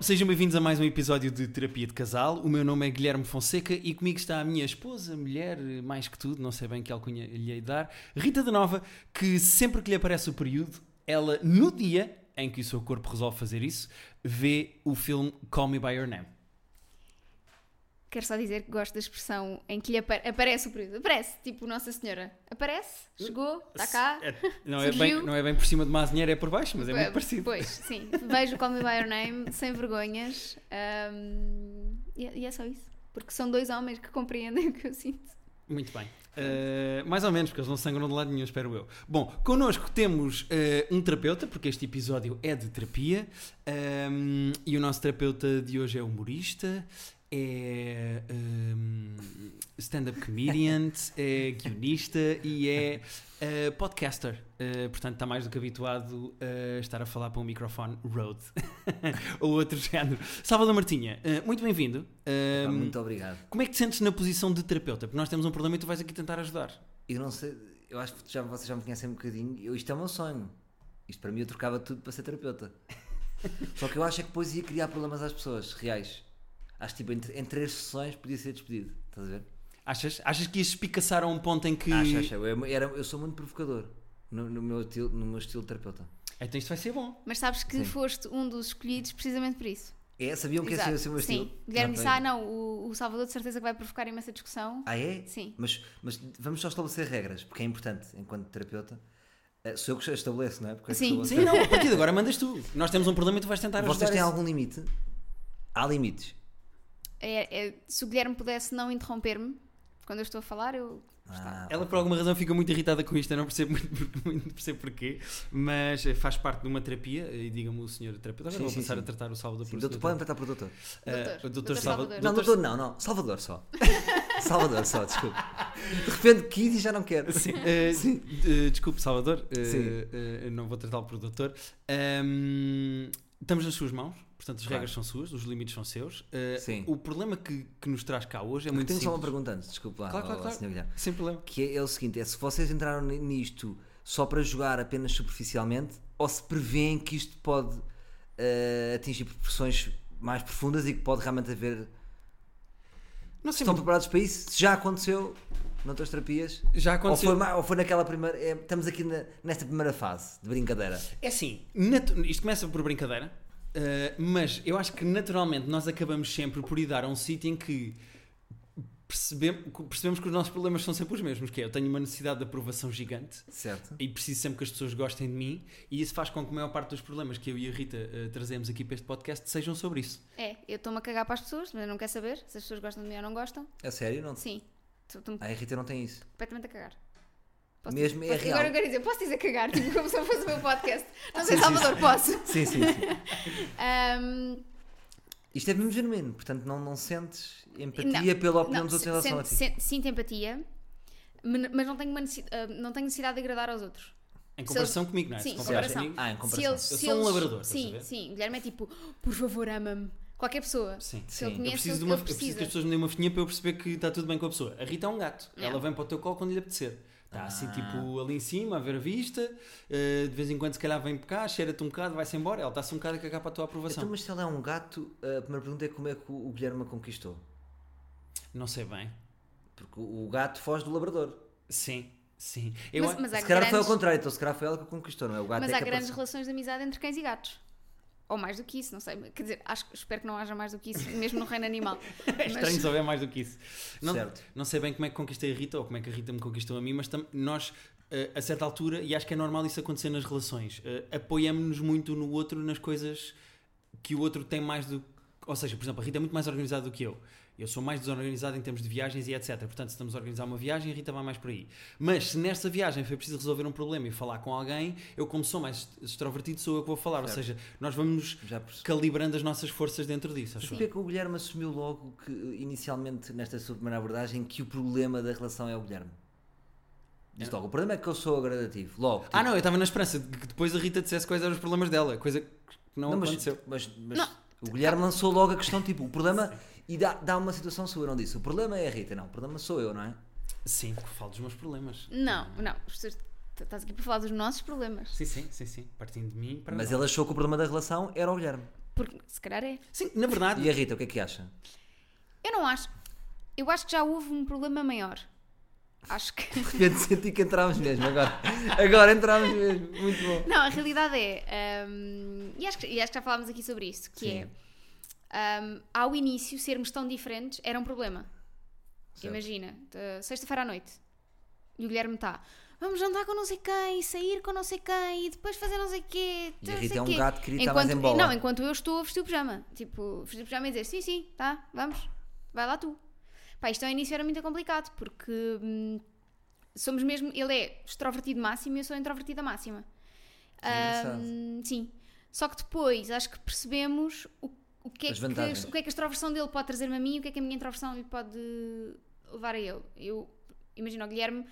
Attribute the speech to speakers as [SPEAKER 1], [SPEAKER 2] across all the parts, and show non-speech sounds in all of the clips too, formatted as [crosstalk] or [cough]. [SPEAKER 1] sejam bem-vindos a mais um episódio de Terapia de Casal. O meu nome é Guilherme Fonseca e comigo está a minha esposa, mulher, mais que tudo, não sei bem que alcunha lhe hei de dar, Rita de Nova, que sempre que lhe aparece o período, ela, no dia em que o seu corpo resolve fazer isso, vê o filme Call Me By Your Name.
[SPEAKER 2] Quero só dizer que gosto da expressão em que lhe apa- aparece o período. Aparece, tipo Nossa Senhora. Aparece, chegou, está cá.
[SPEAKER 1] É- não, é
[SPEAKER 2] Surgiu.
[SPEAKER 1] bem, não é bem por cima de má dinheiro, é por baixo, mas é
[SPEAKER 2] Eh,
[SPEAKER 1] muito parecido.
[SPEAKER 2] Pois, sim. Vejo o Call Me By Your Name, sem vergonhas. ahm, e, é- e é só isso. Porque são dois homens que compreendem [laughs] o que eu sinto.
[SPEAKER 1] Muito bem. Uh, mais ou menos, porque eles não sangram de lado nenhum, espero eu. Bom, connosco temos uh, um terapeuta, porque este episódio é de terapia, um, e o nosso terapeuta de hoje é humorista, é um, stand-up comedian, [laughs] é guionista e é uh, podcaster. Uh, portanto, está mais do que habituado a estar a falar para um microfone Rode [laughs] ou outro género. Salvador Martinha, uh, muito bem-vindo.
[SPEAKER 3] Pá,
[SPEAKER 1] Um,
[SPEAKER 3] muito obrigado.
[SPEAKER 1] como é que te sentes na posição de terapeuta? Porque nós temos um problema e tu vais aqui tentar ajudar.
[SPEAKER 3] Eu não sei, eu acho que já, vocês já me conhecem um bocadinho. Eu, isto é o meu sonho. Isto para mim eu trocava tudo para ser terapeuta. Só que eu acho é que depois ia criar problemas às pessoas reais. Acho que tipo, entre, entre três sessões podia ser despedido. Estás a ver?
[SPEAKER 1] Achas? Achas que ias espicaçar a um ponto em que.
[SPEAKER 3] Acho, acho. Eu, era- eu sou muito provocador no, no meu, estilo, no meu estilo de terapeuta.
[SPEAKER 1] Então isto vai ser bom.
[SPEAKER 2] Mas sabes que foste um dos escolhidos precisamente por isso.
[SPEAKER 3] É, sabiam que esse ia
[SPEAKER 1] assim,
[SPEAKER 3] ser o meu
[SPEAKER 2] Sim.
[SPEAKER 3] estilo?
[SPEAKER 2] Guilherme disse:
[SPEAKER 3] tenho.
[SPEAKER 2] Ah, não, o, o Salvador de certeza que vai provocar imensa discussão.
[SPEAKER 3] Ah, é?
[SPEAKER 2] Sim.
[SPEAKER 3] Mas, mas vamos só estabelecer regras, porque é importante enquanto terapeuta. Eh, Sou eu que estabeleço, não é? Porque é que
[SPEAKER 2] Sim.
[SPEAKER 3] sou eu que
[SPEAKER 1] Sim, não, a partir de agora mandas tu. Nós temos um problema e tu vais tentar ajudar.
[SPEAKER 3] Vocês têm
[SPEAKER 1] esse-
[SPEAKER 3] algum limite? Há limites.
[SPEAKER 2] É- é- se o Guilherme pudesse não interromper-me quando eu estou a falar, eu
[SPEAKER 3] Ah,
[SPEAKER 1] Ela por alguma razão fica muito irritada com isto, eu não percebo muito, [laughs] por- muito percebo porquê, mas eh, faz parte de uma terapia, e diga-me o senhor terapeuta, agora
[SPEAKER 3] Sim,
[SPEAKER 1] vou
[SPEAKER 3] sim,
[SPEAKER 1] passar
[SPEAKER 3] sim.
[SPEAKER 1] a tratar o Salvador
[SPEAKER 3] Sim,
[SPEAKER 1] por
[SPEAKER 3] doutor,
[SPEAKER 1] senhor
[SPEAKER 3] podem perguntar para o doutor.
[SPEAKER 1] Eh,
[SPEAKER 2] Doutor,
[SPEAKER 1] o
[SPEAKER 2] doutor
[SPEAKER 1] doutor Salvador.
[SPEAKER 2] Salvador.
[SPEAKER 3] Não, doutor, não, não. Salvador só. [laughs] Salvador só, desculpe. De repente quis e já não quero.
[SPEAKER 1] Sim, eh, eh, desculpe, Salvador, eh,
[SPEAKER 3] Sim.
[SPEAKER 1] eh, não vou tratá-lo por doutor. Ahm, estamos nas suas mãos, portanto, as
[SPEAKER 3] Claro.
[SPEAKER 1] regras são suas, os limites são seus. Eh,
[SPEAKER 3] Sim.
[SPEAKER 1] O problema que, que nos traz cá hoje é
[SPEAKER 3] Eu
[SPEAKER 1] muito
[SPEAKER 3] tenho
[SPEAKER 1] simples.
[SPEAKER 3] só uma pergunta antes, desculpe lá,
[SPEAKER 1] Claro,
[SPEAKER 3] claro,
[SPEAKER 1] claro, claro.
[SPEAKER 3] senhor Guilherme.
[SPEAKER 1] Sem problema.
[SPEAKER 3] Que é, é o seguinte: é se vocês entraram ni- nisto só para jogar apenas superficialmente ou se prevêem que isto pode eh, atingir proporções mais profundas e que pode realmente haver.
[SPEAKER 1] Não sei
[SPEAKER 3] Estão
[SPEAKER 1] muito-
[SPEAKER 3] preparados para isso? Se já aconteceu noutras terapias?
[SPEAKER 1] Já
[SPEAKER 3] Ou
[SPEAKER 1] aconteceu.
[SPEAKER 3] foi, ma- ou foi naquela primeira. é, estamos aqui na- nesta primeira fase de brincadeira.
[SPEAKER 1] É assim, natu- isto começa por brincadeira, eh, mas eu acho que naturalmente nós acabamos sempre por ir dar a um sítio em que percebemos, percebemos que os nossos problemas são sempre os mesmos, que é eu tenho uma necessidade de aprovação gigante.
[SPEAKER 3] Certo.
[SPEAKER 1] e preciso sempre que as pessoas gostem de mim, e isso faz com que a maior parte dos problemas que eu e a Rita eh, trazemos aqui para este podcast sejam sobre isso.
[SPEAKER 2] É, eu estou-me a cagar para as pessoas, mas eu não quero saber se as pessoas gostam de mim ou não gostam.
[SPEAKER 3] É sério? Não... Ah,
[SPEAKER 2] Sim, estou-me
[SPEAKER 3] A Rita não tem isso.
[SPEAKER 2] completamente a cagar.
[SPEAKER 3] Mesmo é
[SPEAKER 2] posso,
[SPEAKER 3] real.
[SPEAKER 2] Agora eu quero dizer, posso dizer cagar, tipo como se não fosse o meu
[SPEAKER 3] [laughs]
[SPEAKER 2] podcast. Não sei, Salvador, posso.
[SPEAKER 3] Sim, sim, sim.
[SPEAKER 2] Ahm,
[SPEAKER 3] [laughs] Isto é mesmo genuíno, portanto não, não sentes empatia pela opinião
[SPEAKER 2] não,
[SPEAKER 3] dos outros em
[SPEAKER 2] se-
[SPEAKER 3] relação a ti.
[SPEAKER 2] sento- sento- Sinto empatia, men- mas não tenho, uma necessi- ah, não tenho necessidade de agradar aos outros.
[SPEAKER 1] Em
[SPEAKER 2] Se
[SPEAKER 1] comparação
[SPEAKER 2] eles-
[SPEAKER 1] comigo, não é?
[SPEAKER 2] Sim,
[SPEAKER 1] Se
[SPEAKER 2] em
[SPEAKER 1] comparas
[SPEAKER 2] comparação.
[SPEAKER 1] comigo-
[SPEAKER 3] Ah, em
[SPEAKER 2] Se
[SPEAKER 3] comparação.
[SPEAKER 2] eles,
[SPEAKER 1] Eu
[SPEAKER 2] se
[SPEAKER 1] sou um
[SPEAKER 2] eles-
[SPEAKER 1] labrador, estás a
[SPEAKER 2] Sim,
[SPEAKER 1] ver?
[SPEAKER 2] sim. Guilherme é tipo, por favor, ama-me. Qualquer pessoa.
[SPEAKER 1] Sim.
[SPEAKER 2] Ah, Se ele
[SPEAKER 1] Eu
[SPEAKER 3] Sim.
[SPEAKER 2] conhece,
[SPEAKER 1] preciso, de
[SPEAKER 2] ele
[SPEAKER 1] uma, eu
[SPEAKER 2] precisa.
[SPEAKER 1] preciso que as pessoas me deem uma fininha para eu perceber que está tudo bem com a pessoa. A Rita é um gato.
[SPEAKER 2] Yeah.
[SPEAKER 1] Ela vem para o teu colo quando lhe apetecer. Está assim, tipo, ali em cima, a ver a vista. eh, de vez em quando, se calhar, vem para cá, cheira-te um bocado, vai-se embora. Ela está-se um bocado a cagar para a tua aprovação.
[SPEAKER 3] Então, mas se ela é um gato, a primeira pergunta é como é que o o Guilherme a conquistou.
[SPEAKER 1] Não sei bem.
[SPEAKER 3] Porque o o gato foge do labrador.
[SPEAKER 1] Sim, sim. Eu
[SPEAKER 2] Mas-
[SPEAKER 1] a-
[SPEAKER 2] mas há
[SPEAKER 3] se calhar foi ao
[SPEAKER 2] grandes-
[SPEAKER 3] contrário, então se calhar foi ela que o conquistou, não é? O gato
[SPEAKER 2] Mas
[SPEAKER 3] é
[SPEAKER 2] há
[SPEAKER 3] que
[SPEAKER 2] grandes
[SPEAKER 3] apareceu.
[SPEAKER 2] relações de amizade entre cães e gatos. Ou mais do que isso, não sei. Quer dizer, acho, espero que não haja mais do que isso, mesmo no reino
[SPEAKER 3] [laughs]
[SPEAKER 2] animal.
[SPEAKER 1] É estranho
[SPEAKER 2] Mas-
[SPEAKER 1] saber mais do que isso. Não,
[SPEAKER 3] Certo.
[SPEAKER 1] não sei bem como é que conquistei a Rita ou como é que a Rita me conquistou a mim, mas tam- nós, eh, a certa altura, e acho que é normal isso acontecer nas relações, eh, apoiamos-nos muito no outro nas coisas que o outro tem mais do. Ou seja, por exemplo, a Rita é muito mais organizada do que eu. Eu sou mais desorganizado em termos de viagens e etc. Portanto, se estamos a organizar uma viagem, a Rita vai mais por aí. Mas se nesta viagem foi preciso resolver um problema e falar com alguém, eu, como sou mais extrovertido, sou eu que vou falar. Ou seja, nós vamos
[SPEAKER 3] Já percebi.
[SPEAKER 1] calibrando as nossas forças dentro disso.
[SPEAKER 3] Mas
[SPEAKER 1] Acho eu.
[SPEAKER 3] porquê é que o Guilherme assumiu logo que, inicialmente, nesta sua primeira abordagem, que o problema da relação é o Guilherme? Diz logo, o problema é que eu sou agradativo. Logo. tipo,
[SPEAKER 1] Ah, não, eu estava na esperança de que depois a Rita dissesse quais eram os problemas dela, coisa que não,
[SPEAKER 3] mas,
[SPEAKER 1] aconteceu.
[SPEAKER 3] mas- mas o Guilherme lançou logo a questão, tipo, o problema. E dá, dá uma situação sua, não disse. O problema é a Rita, não. O problema sou eu, não é?
[SPEAKER 1] Sim, que falo dos meus problemas.
[SPEAKER 2] Não, não. as pessoas- t- Estás aqui para falar dos nossos problemas.
[SPEAKER 1] Sim, sim, sim, sim. Partindo de mim para
[SPEAKER 3] Mas
[SPEAKER 1] nós.
[SPEAKER 3] ele achou que o problema da relação era o Guilherme.
[SPEAKER 2] Porque se calhar é.
[SPEAKER 1] Sim, na verdade.
[SPEAKER 3] E a Rita, o que é que acha?
[SPEAKER 2] Eu não acho. Eu acho que já houve um problema maior. Acho que. [laughs]
[SPEAKER 3] De repente senti que entrámos mesmo agora. Agora entrámos mesmo. Muito bom.
[SPEAKER 2] Não, a realidade é. hum, e, acho que, e acho que já falámos aqui sobre isso, que
[SPEAKER 3] Sim.
[SPEAKER 2] é. hum, ao início, sermos tão diferentes era um problema.
[SPEAKER 3] Certo.
[SPEAKER 2] Imagina, de- sexta-feira à noite. E o Guilherme está. Vamos jantar com não sei quem, sair com não sei quem e depois fazer não sei quê.
[SPEAKER 3] E a
[SPEAKER 2] não
[SPEAKER 3] Rita
[SPEAKER 2] sei
[SPEAKER 3] é um
[SPEAKER 2] quê."
[SPEAKER 3] gato que grita mais
[SPEAKER 2] enquanto,
[SPEAKER 3] em bola.
[SPEAKER 2] Não, enquanto eu estou a vestir o pijama. Tipo, vestir o pijama e dizer sim, sim, tá, vamos, vai lá tu. Pá, isto ao início era muito complicado porque hum, somos mesmo. Ele é extrovertido máximo e eu sou introvertida máxima.
[SPEAKER 3] É engraçado.
[SPEAKER 2] Hum, sim. Só que depois acho que percebemos o, o, que, é
[SPEAKER 3] As
[SPEAKER 2] que,
[SPEAKER 3] vantagens.
[SPEAKER 2] o que é que a extroversão dele pode trazer-me a mim e o que é que a minha introversão lhe pode levar a ele. Eu imagino o Guilherme,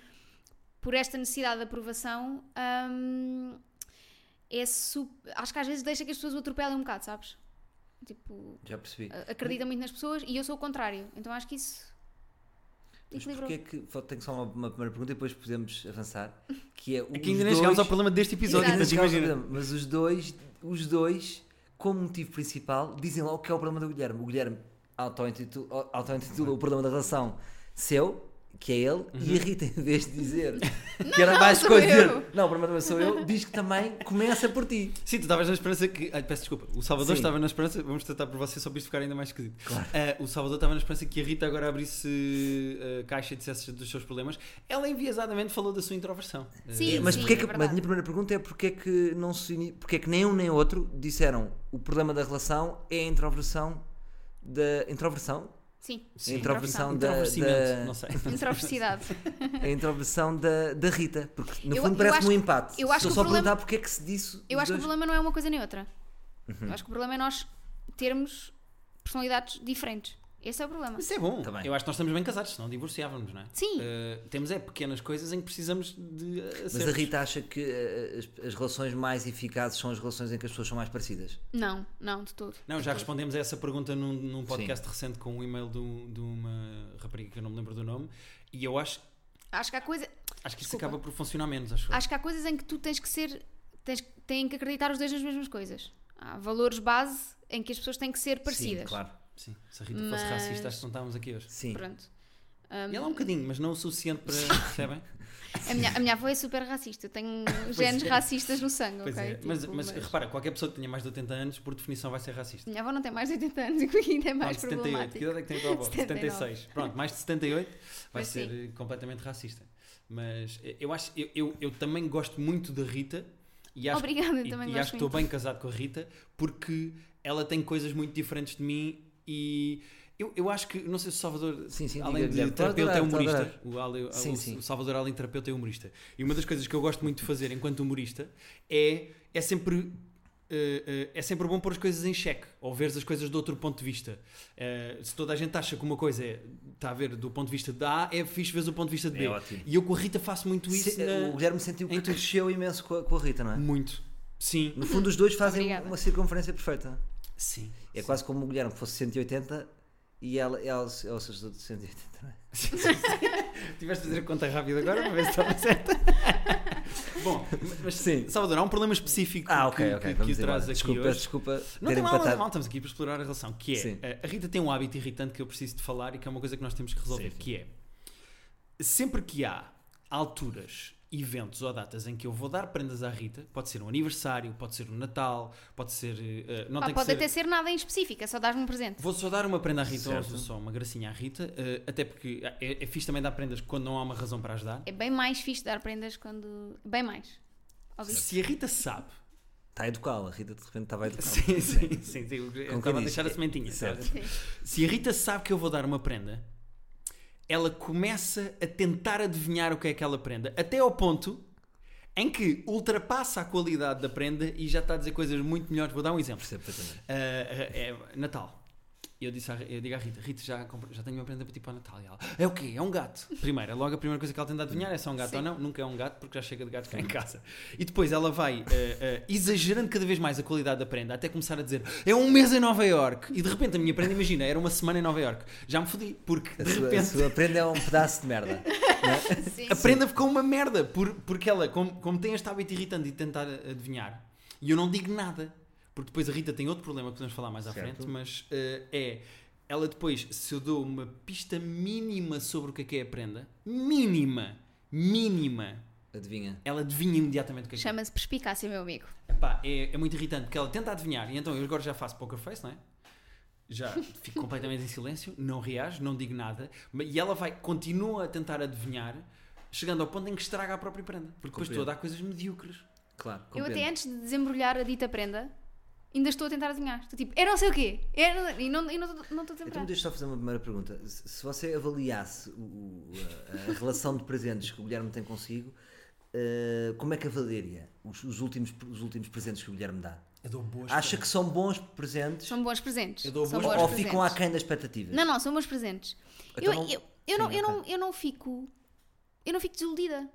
[SPEAKER 2] por esta necessidade de aprovação, hum, é su- acho que às vezes deixa que as pessoas o atropelem um bocado, sabes? Tipo,
[SPEAKER 3] Já percebi.
[SPEAKER 2] a- acredita muito nas pessoas e eu sou o contrário. Então acho que isso.
[SPEAKER 3] Mas
[SPEAKER 2] equilibrou.
[SPEAKER 3] porquê é que. só Tenho só uma, uma primeira pergunta e depois podemos avançar. Que é o
[SPEAKER 1] Aqui ainda nem chegámos ao problema deste episódio,
[SPEAKER 2] Exato.
[SPEAKER 1] portanto, imagina.
[SPEAKER 3] Mas os dois, os dois, como motivo principal, dizem logo que é o problema do Guilherme. O Guilherme auto-intitu- auto-intitula o problema da relação seu, que é ele, e a Rita, em vez de dizer que era
[SPEAKER 2] não,
[SPEAKER 3] mais
[SPEAKER 2] sou
[SPEAKER 3] coisa, dizer,
[SPEAKER 2] eu.
[SPEAKER 3] não, o problema também sou eu, diz que também começa por ti.
[SPEAKER 1] Sim, tu estavas na esperança que. Ai, peço desculpa. O Salvador
[SPEAKER 3] Sim.
[SPEAKER 1] estava na esperança. Vamos tratar por você só para isto ficar ainda mais esquisito. Eh, o Salvador estava na esperança que a Rita agora abrisse a caixa e dissesse dos seus problemas. Ela enviesadamente falou da sua introversão. Eh,
[SPEAKER 2] Sim,
[SPEAKER 3] mas
[SPEAKER 2] sim,
[SPEAKER 3] porquê
[SPEAKER 2] é
[SPEAKER 3] que, mas a
[SPEAKER 2] verdade.
[SPEAKER 3] minha primeira pergunta é porquê é que não se ini- porquê é que nem um nem outro disseram o problema da relação é a introversão da introversão
[SPEAKER 2] Sim.
[SPEAKER 1] Sim.
[SPEAKER 3] a introversão da,
[SPEAKER 1] Introversimento,
[SPEAKER 3] da-
[SPEAKER 1] não sei.
[SPEAKER 2] Introversidade.
[SPEAKER 3] [laughs] a introversão da, da Rita porque no
[SPEAKER 2] Eu-
[SPEAKER 3] fundo
[SPEAKER 2] eu
[SPEAKER 3] parece-me
[SPEAKER 2] acho
[SPEAKER 3] um
[SPEAKER 2] que-
[SPEAKER 3] empate
[SPEAKER 2] eu acho
[SPEAKER 3] estou
[SPEAKER 2] que o
[SPEAKER 3] só
[SPEAKER 2] problema-
[SPEAKER 3] a perguntar porquê é que se disse
[SPEAKER 2] Eu
[SPEAKER 3] os
[SPEAKER 2] acho que o
[SPEAKER 3] dois.
[SPEAKER 2] problema não é uma coisa nem outra.
[SPEAKER 1] Uhum.
[SPEAKER 2] Eu acho que o problema é nós termos personalidades diferentes. Esse é o problema.
[SPEAKER 1] Isso é bom.
[SPEAKER 3] Tá bem.
[SPEAKER 1] Eu acho que nós estamos bem casados, senão divorciávamos, não é?
[SPEAKER 2] Sim.
[SPEAKER 1] Eh, temos é pequenas coisas em que precisamos de eh, acertos.
[SPEAKER 3] mas a Rita acha que eh, as, as relações mais eficazes são as relações em que as pessoas são mais parecidas
[SPEAKER 2] Não, não, de todo.
[SPEAKER 1] Não, já respondemos a essa pergunta num, num podcast recente com um e-mail de, um- de uma rapariga que eu não me lembro do nome e eu acho,
[SPEAKER 2] Acho que há coisa,
[SPEAKER 1] acho que isso
[SPEAKER 2] Desculpa.
[SPEAKER 1] acaba por funcionar menos, acho eu.
[SPEAKER 2] acho que há coisas em que tu tens que ser, tens têm que acreditar os dois nas mesmas coisas. Há valores base em que as pessoas têm que ser parecidas.
[SPEAKER 3] sim claro
[SPEAKER 1] Sim, se a Rita fosse
[SPEAKER 2] Mas-
[SPEAKER 1] racista, acho que não estávamos aqui hoje.
[SPEAKER 3] sim
[SPEAKER 2] Pronto.
[SPEAKER 1] E ela é um bocadinho, mas não o suficiente para. Percebem?
[SPEAKER 2] A minha, a minha avó é super racista.
[SPEAKER 1] [laughs]
[SPEAKER 2] Eu tenho genes
[SPEAKER 1] é.
[SPEAKER 2] racistas no sangue,
[SPEAKER 1] Pois
[SPEAKER 2] ok?
[SPEAKER 1] é. mas,
[SPEAKER 2] Tipo,
[SPEAKER 1] mas repara, qualquer pessoa que tenha mais de 80 anos, por definição, vai ser racista.
[SPEAKER 2] Minha avó não tem mais de 80 anos [laughs] e ainda é mais
[SPEAKER 1] Pronto, 78. Que
[SPEAKER 2] problemática.
[SPEAKER 1] idade é que tem a tua
[SPEAKER 2] [laughs]
[SPEAKER 1] avó?
[SPEAKER 2] 79.
[SPEAKER 1] 76. Pronto, mais de 78 vai
[SPEAKER 2] Mas
[SPEAKER 1] ser
[SPEAKER 2] sim.
[SPEAKER 1] eh, completamente racista. Mas eh, eu acho, eu, eu, eu também gosto muito da Rita e acho,
[SPEAKER 2] Obrigada, eu
[SPEAKER 1] e,
[SPEAKER 2] também
[SPEAKER 1] e
[SPEAKER 2] gosto
[SPEAKER 1] acho que estou bem casado com a Rita porque ela tem coisas muito diferentes de mim e eu, eu acho que, não sei se o Salvador,
[SPEAKER 3] Sim, sim,
[SPEAKER 1] além
[SPEAKER 3] diga, Guilherme.
[SPEAKER 1] de terapeuta, é
[SPEAKER 3] Estou a adorar,
[SPEAKER 1] humorista.
[SPEAKER 3] estou
[SPEAKER 1] O, Ale- o-
[SPEAKER 3] Sim, sim.
[SPEAKER 1] o Salvador, além de terapeuta, é humorista. E uma das coisas que eu gosto muito de fazer enquanto humorista é, é sempre Uh, uh, é sempre bom pôr as coisas em xeque ou ver as coisas de outro ponto de vista. Uh, se toda a gente acha que uma coisa é- está a ver do ponto de vista de A, é fixe ver o ponto de vista de B.
[SPEAKER 3] É ótimo.
[SPEAKER 1] E eu com a Rita faço muito isso.
[SPEAKER 3] Se- eh,
[SPEAKER 1] na-
[SPEAKER 3] o Guilherme sentiu que
[SPEAKER 1] em tudo.
[SPEAKER 3] cresceu imenso com a, com a Rita
[SPEAKER 1] [laughs]
[SPEAKER 3] não é
[SPEAKER 1] Muito. Sim.
[SPEAKER 3] no fundo os dois fazem
[SPEAKER 2] Obrigada.
[SPEAKER 3] uma circunferência perfeita
[SPEAKER 1] Sim.
[SPEAKER 3] É quase como o Guilherme fosse 180 e ela, ela, ela se ajudou de 180, não é?
[SPEAKER 1] Tiveste a fazer a conta rápida agora para ver se estava certa. [laughs] bom, mas
[SPEAKER 3] Sim. Ah,
[SPEAKER 1] Salvador, há um problema específico que, que- que o
[SPEAKER 3] embora.
[SPEAKER 1] traz aqui
[SPEAKER 3] desculpa,
[SPEAKER 1] hoje.
[SPEAKER 3] desculpa
[SPEAKER 1] Não
[SPEAKER 3] ter
[SPEAKER 1] tem mal, não
[SPEAKER 3] empatado.
[SPEAKER 1] tem mal, estamos aqui para explorar a relação, que é,
[SPEAKER 3] Sim.
[SPEAKER 1] eh, a Rita tem um hábito irritante que eu preciso de falar e que é uma coisa que nós temos que resolver,
[SPEAKER 3] Sim, sim.
[SPEAKER 1] que é, sempre que há alturas, eventos ou datas em que eu vou dar prendas à Rita, pode ser um aniversário, pode ser um Natal, pode ser... eh, não
[SPEAKER 2] Pá,
[SPEAKER 1] tem que
[SPEAKER 2] Ah, pode
[SPEAKER 1] ser...
[SPEAKER 2] até ser nada em específico, é só dar-me um presente.
[SPEAKER 1] Vou só dar uma prenda à Rita, ou
[SPEAKER 3] Certo.
[SPEAKER 1] vou só uma gracinha à Rita, eh, até porque é, é fixe também dar prendas quando não há uma razão para as dar.
[SPEAKER 2] É bem mais fixe dar prendas quando. Bem mais. Ouviste?
[SPEAKER 1] Se a Rita sabe...
[SPEAKER 3] Está a educá-la, a Rita de repente estava a educá-la.
[SPEAKER 1] Sim, sim, sim, sim, eu
[SPEAKER 3] quem
[SPEAKER 1] estava a
[SPEAKER 3] diz?
[SPEAKER 1] deixar a
[SPEAKER 3] É,
[SPEAKER 1] sementinha, certo?
[SPEAKER 3] certo.
[SPEAKER 1] Se a Rita sabe que eu vou dar uma prenda, ela começa a tentar adivinhar o que é aquela prenda, até ao ponto em que ultrapassa a qualidade da prenda e já está a dizer coisas muito melhores. Vou dar um exemplo.
[SPEAKER 3] Percebo perfeitamente.
[SPEAKER 1] Ah, é Natal. Eu, disse à- eu digo à Rita, Rita, já, compre- já tenho uma prenda para ti para o Natal. E ela, é o quê? É um gato. Primeiro, logo a primeira coisa que ela tenta adivinhar é se é um gato
[SPEAKER 2] Sim.
[SPEAKER 1] ou não. Nunca é um gato, porque já chega de gato cá em casa. E depois ela vai ah, ah, exagerando cada vez mais a qualidade da prenda, até começar a dizer, é um mês em Nova York. E de repente a minha prenda, imagina, era uma semana em Nova York. Já me fodi, porque
[SPEAKER 3] A
[SPEAKER 1] de
[SPEAKER 3] sua, a
[SPEAKER 1] repente
[SPEAKER 3] sua prenda é um pedaço de merda.
[SPEAKER 2] Sim.
[SPEAKER 3] É
[SPEAKER 1] a prenda ficou uma merda, por- porque ela, como, como tem este hábito irritante de tentar adivinhar, e eu não digo nada. Porque depois a Rita tem outro problema que podemos falar mais à
[SPEAKER 3] Certo.
[SPEAKER 1] frente, mas eh, é. Ela depois, se eu dou uma pista mínima sobre o que é que é a prenda, mínima, mínima,
[SPEAKER 3] Adivinha.
[SPEAKER 1] ela adivinha imediatamente o que é que é.
[SPEAKER 2] Chama-se perspicácia, meu amigo.
[SPEAKER 1] Epá, é, é muito irritante porque ela tenta adivinhar e então eu agora já faço poker face, não é? Já fico completamente em silêncio, não reajo, não digo nada ma- e ela vai, continua a tentar adivinhar, chegando ao ponto em que estraga a própria prenda. Porque depois estou a
[SPEAKER 3] Compreendo.
[SPEAKER 1] dar coisas medíocres.
[SPEAKER 3] Claro,
[SPEAKER 2] Eu
[SPEAKER 3] compreendo.
[SPEAKER 2] até antes de desembrulhar a dita prenda, ainda estou a tentar adivinhar. Estou tipo, eu não sei o quê. Eu não- E não, e não, não estou a
[SPEAKER 3] Então
[SPEAKER 2] lembrar.
[SPEAKER 3] deixa só fazer uma primeira pergunta. Se se você avaliasse o- o- a, a relação de presentes que o Guilherme tem consigo, eh, como é que avaliaria os, os últimos, os últimos presentes que o Guilherme dá?
[SPEAKER 1] Eu dou boas
[SPEAKER 3] Acha que são bons presentes
[SPEAKER 2] São bons presentes.
[SPEAKER 1] Eu dou
[SPEAKER 2] são
[SPEAKER 1] bons-
[SPEAKER 2] bons
[SPEAKER 3] ou
[SPEAKER 2] presentes.
[SPEAKER 3] ficam aquém das expectativas?
[SPEAKER 2] Não, não, são bons presentes.
[SPEAKER 3] Então
[SPEAKER 2] eu,
[SPEAKER 3] não-
[SPEAKER 2] eu, eu, não,
[SPEAKER 3] Sim,
[SPEAKER 2] eu, não,
[SPEAKER 3] ok.
[SPEAKER 2] eu não fico. Eu não fico desiludida.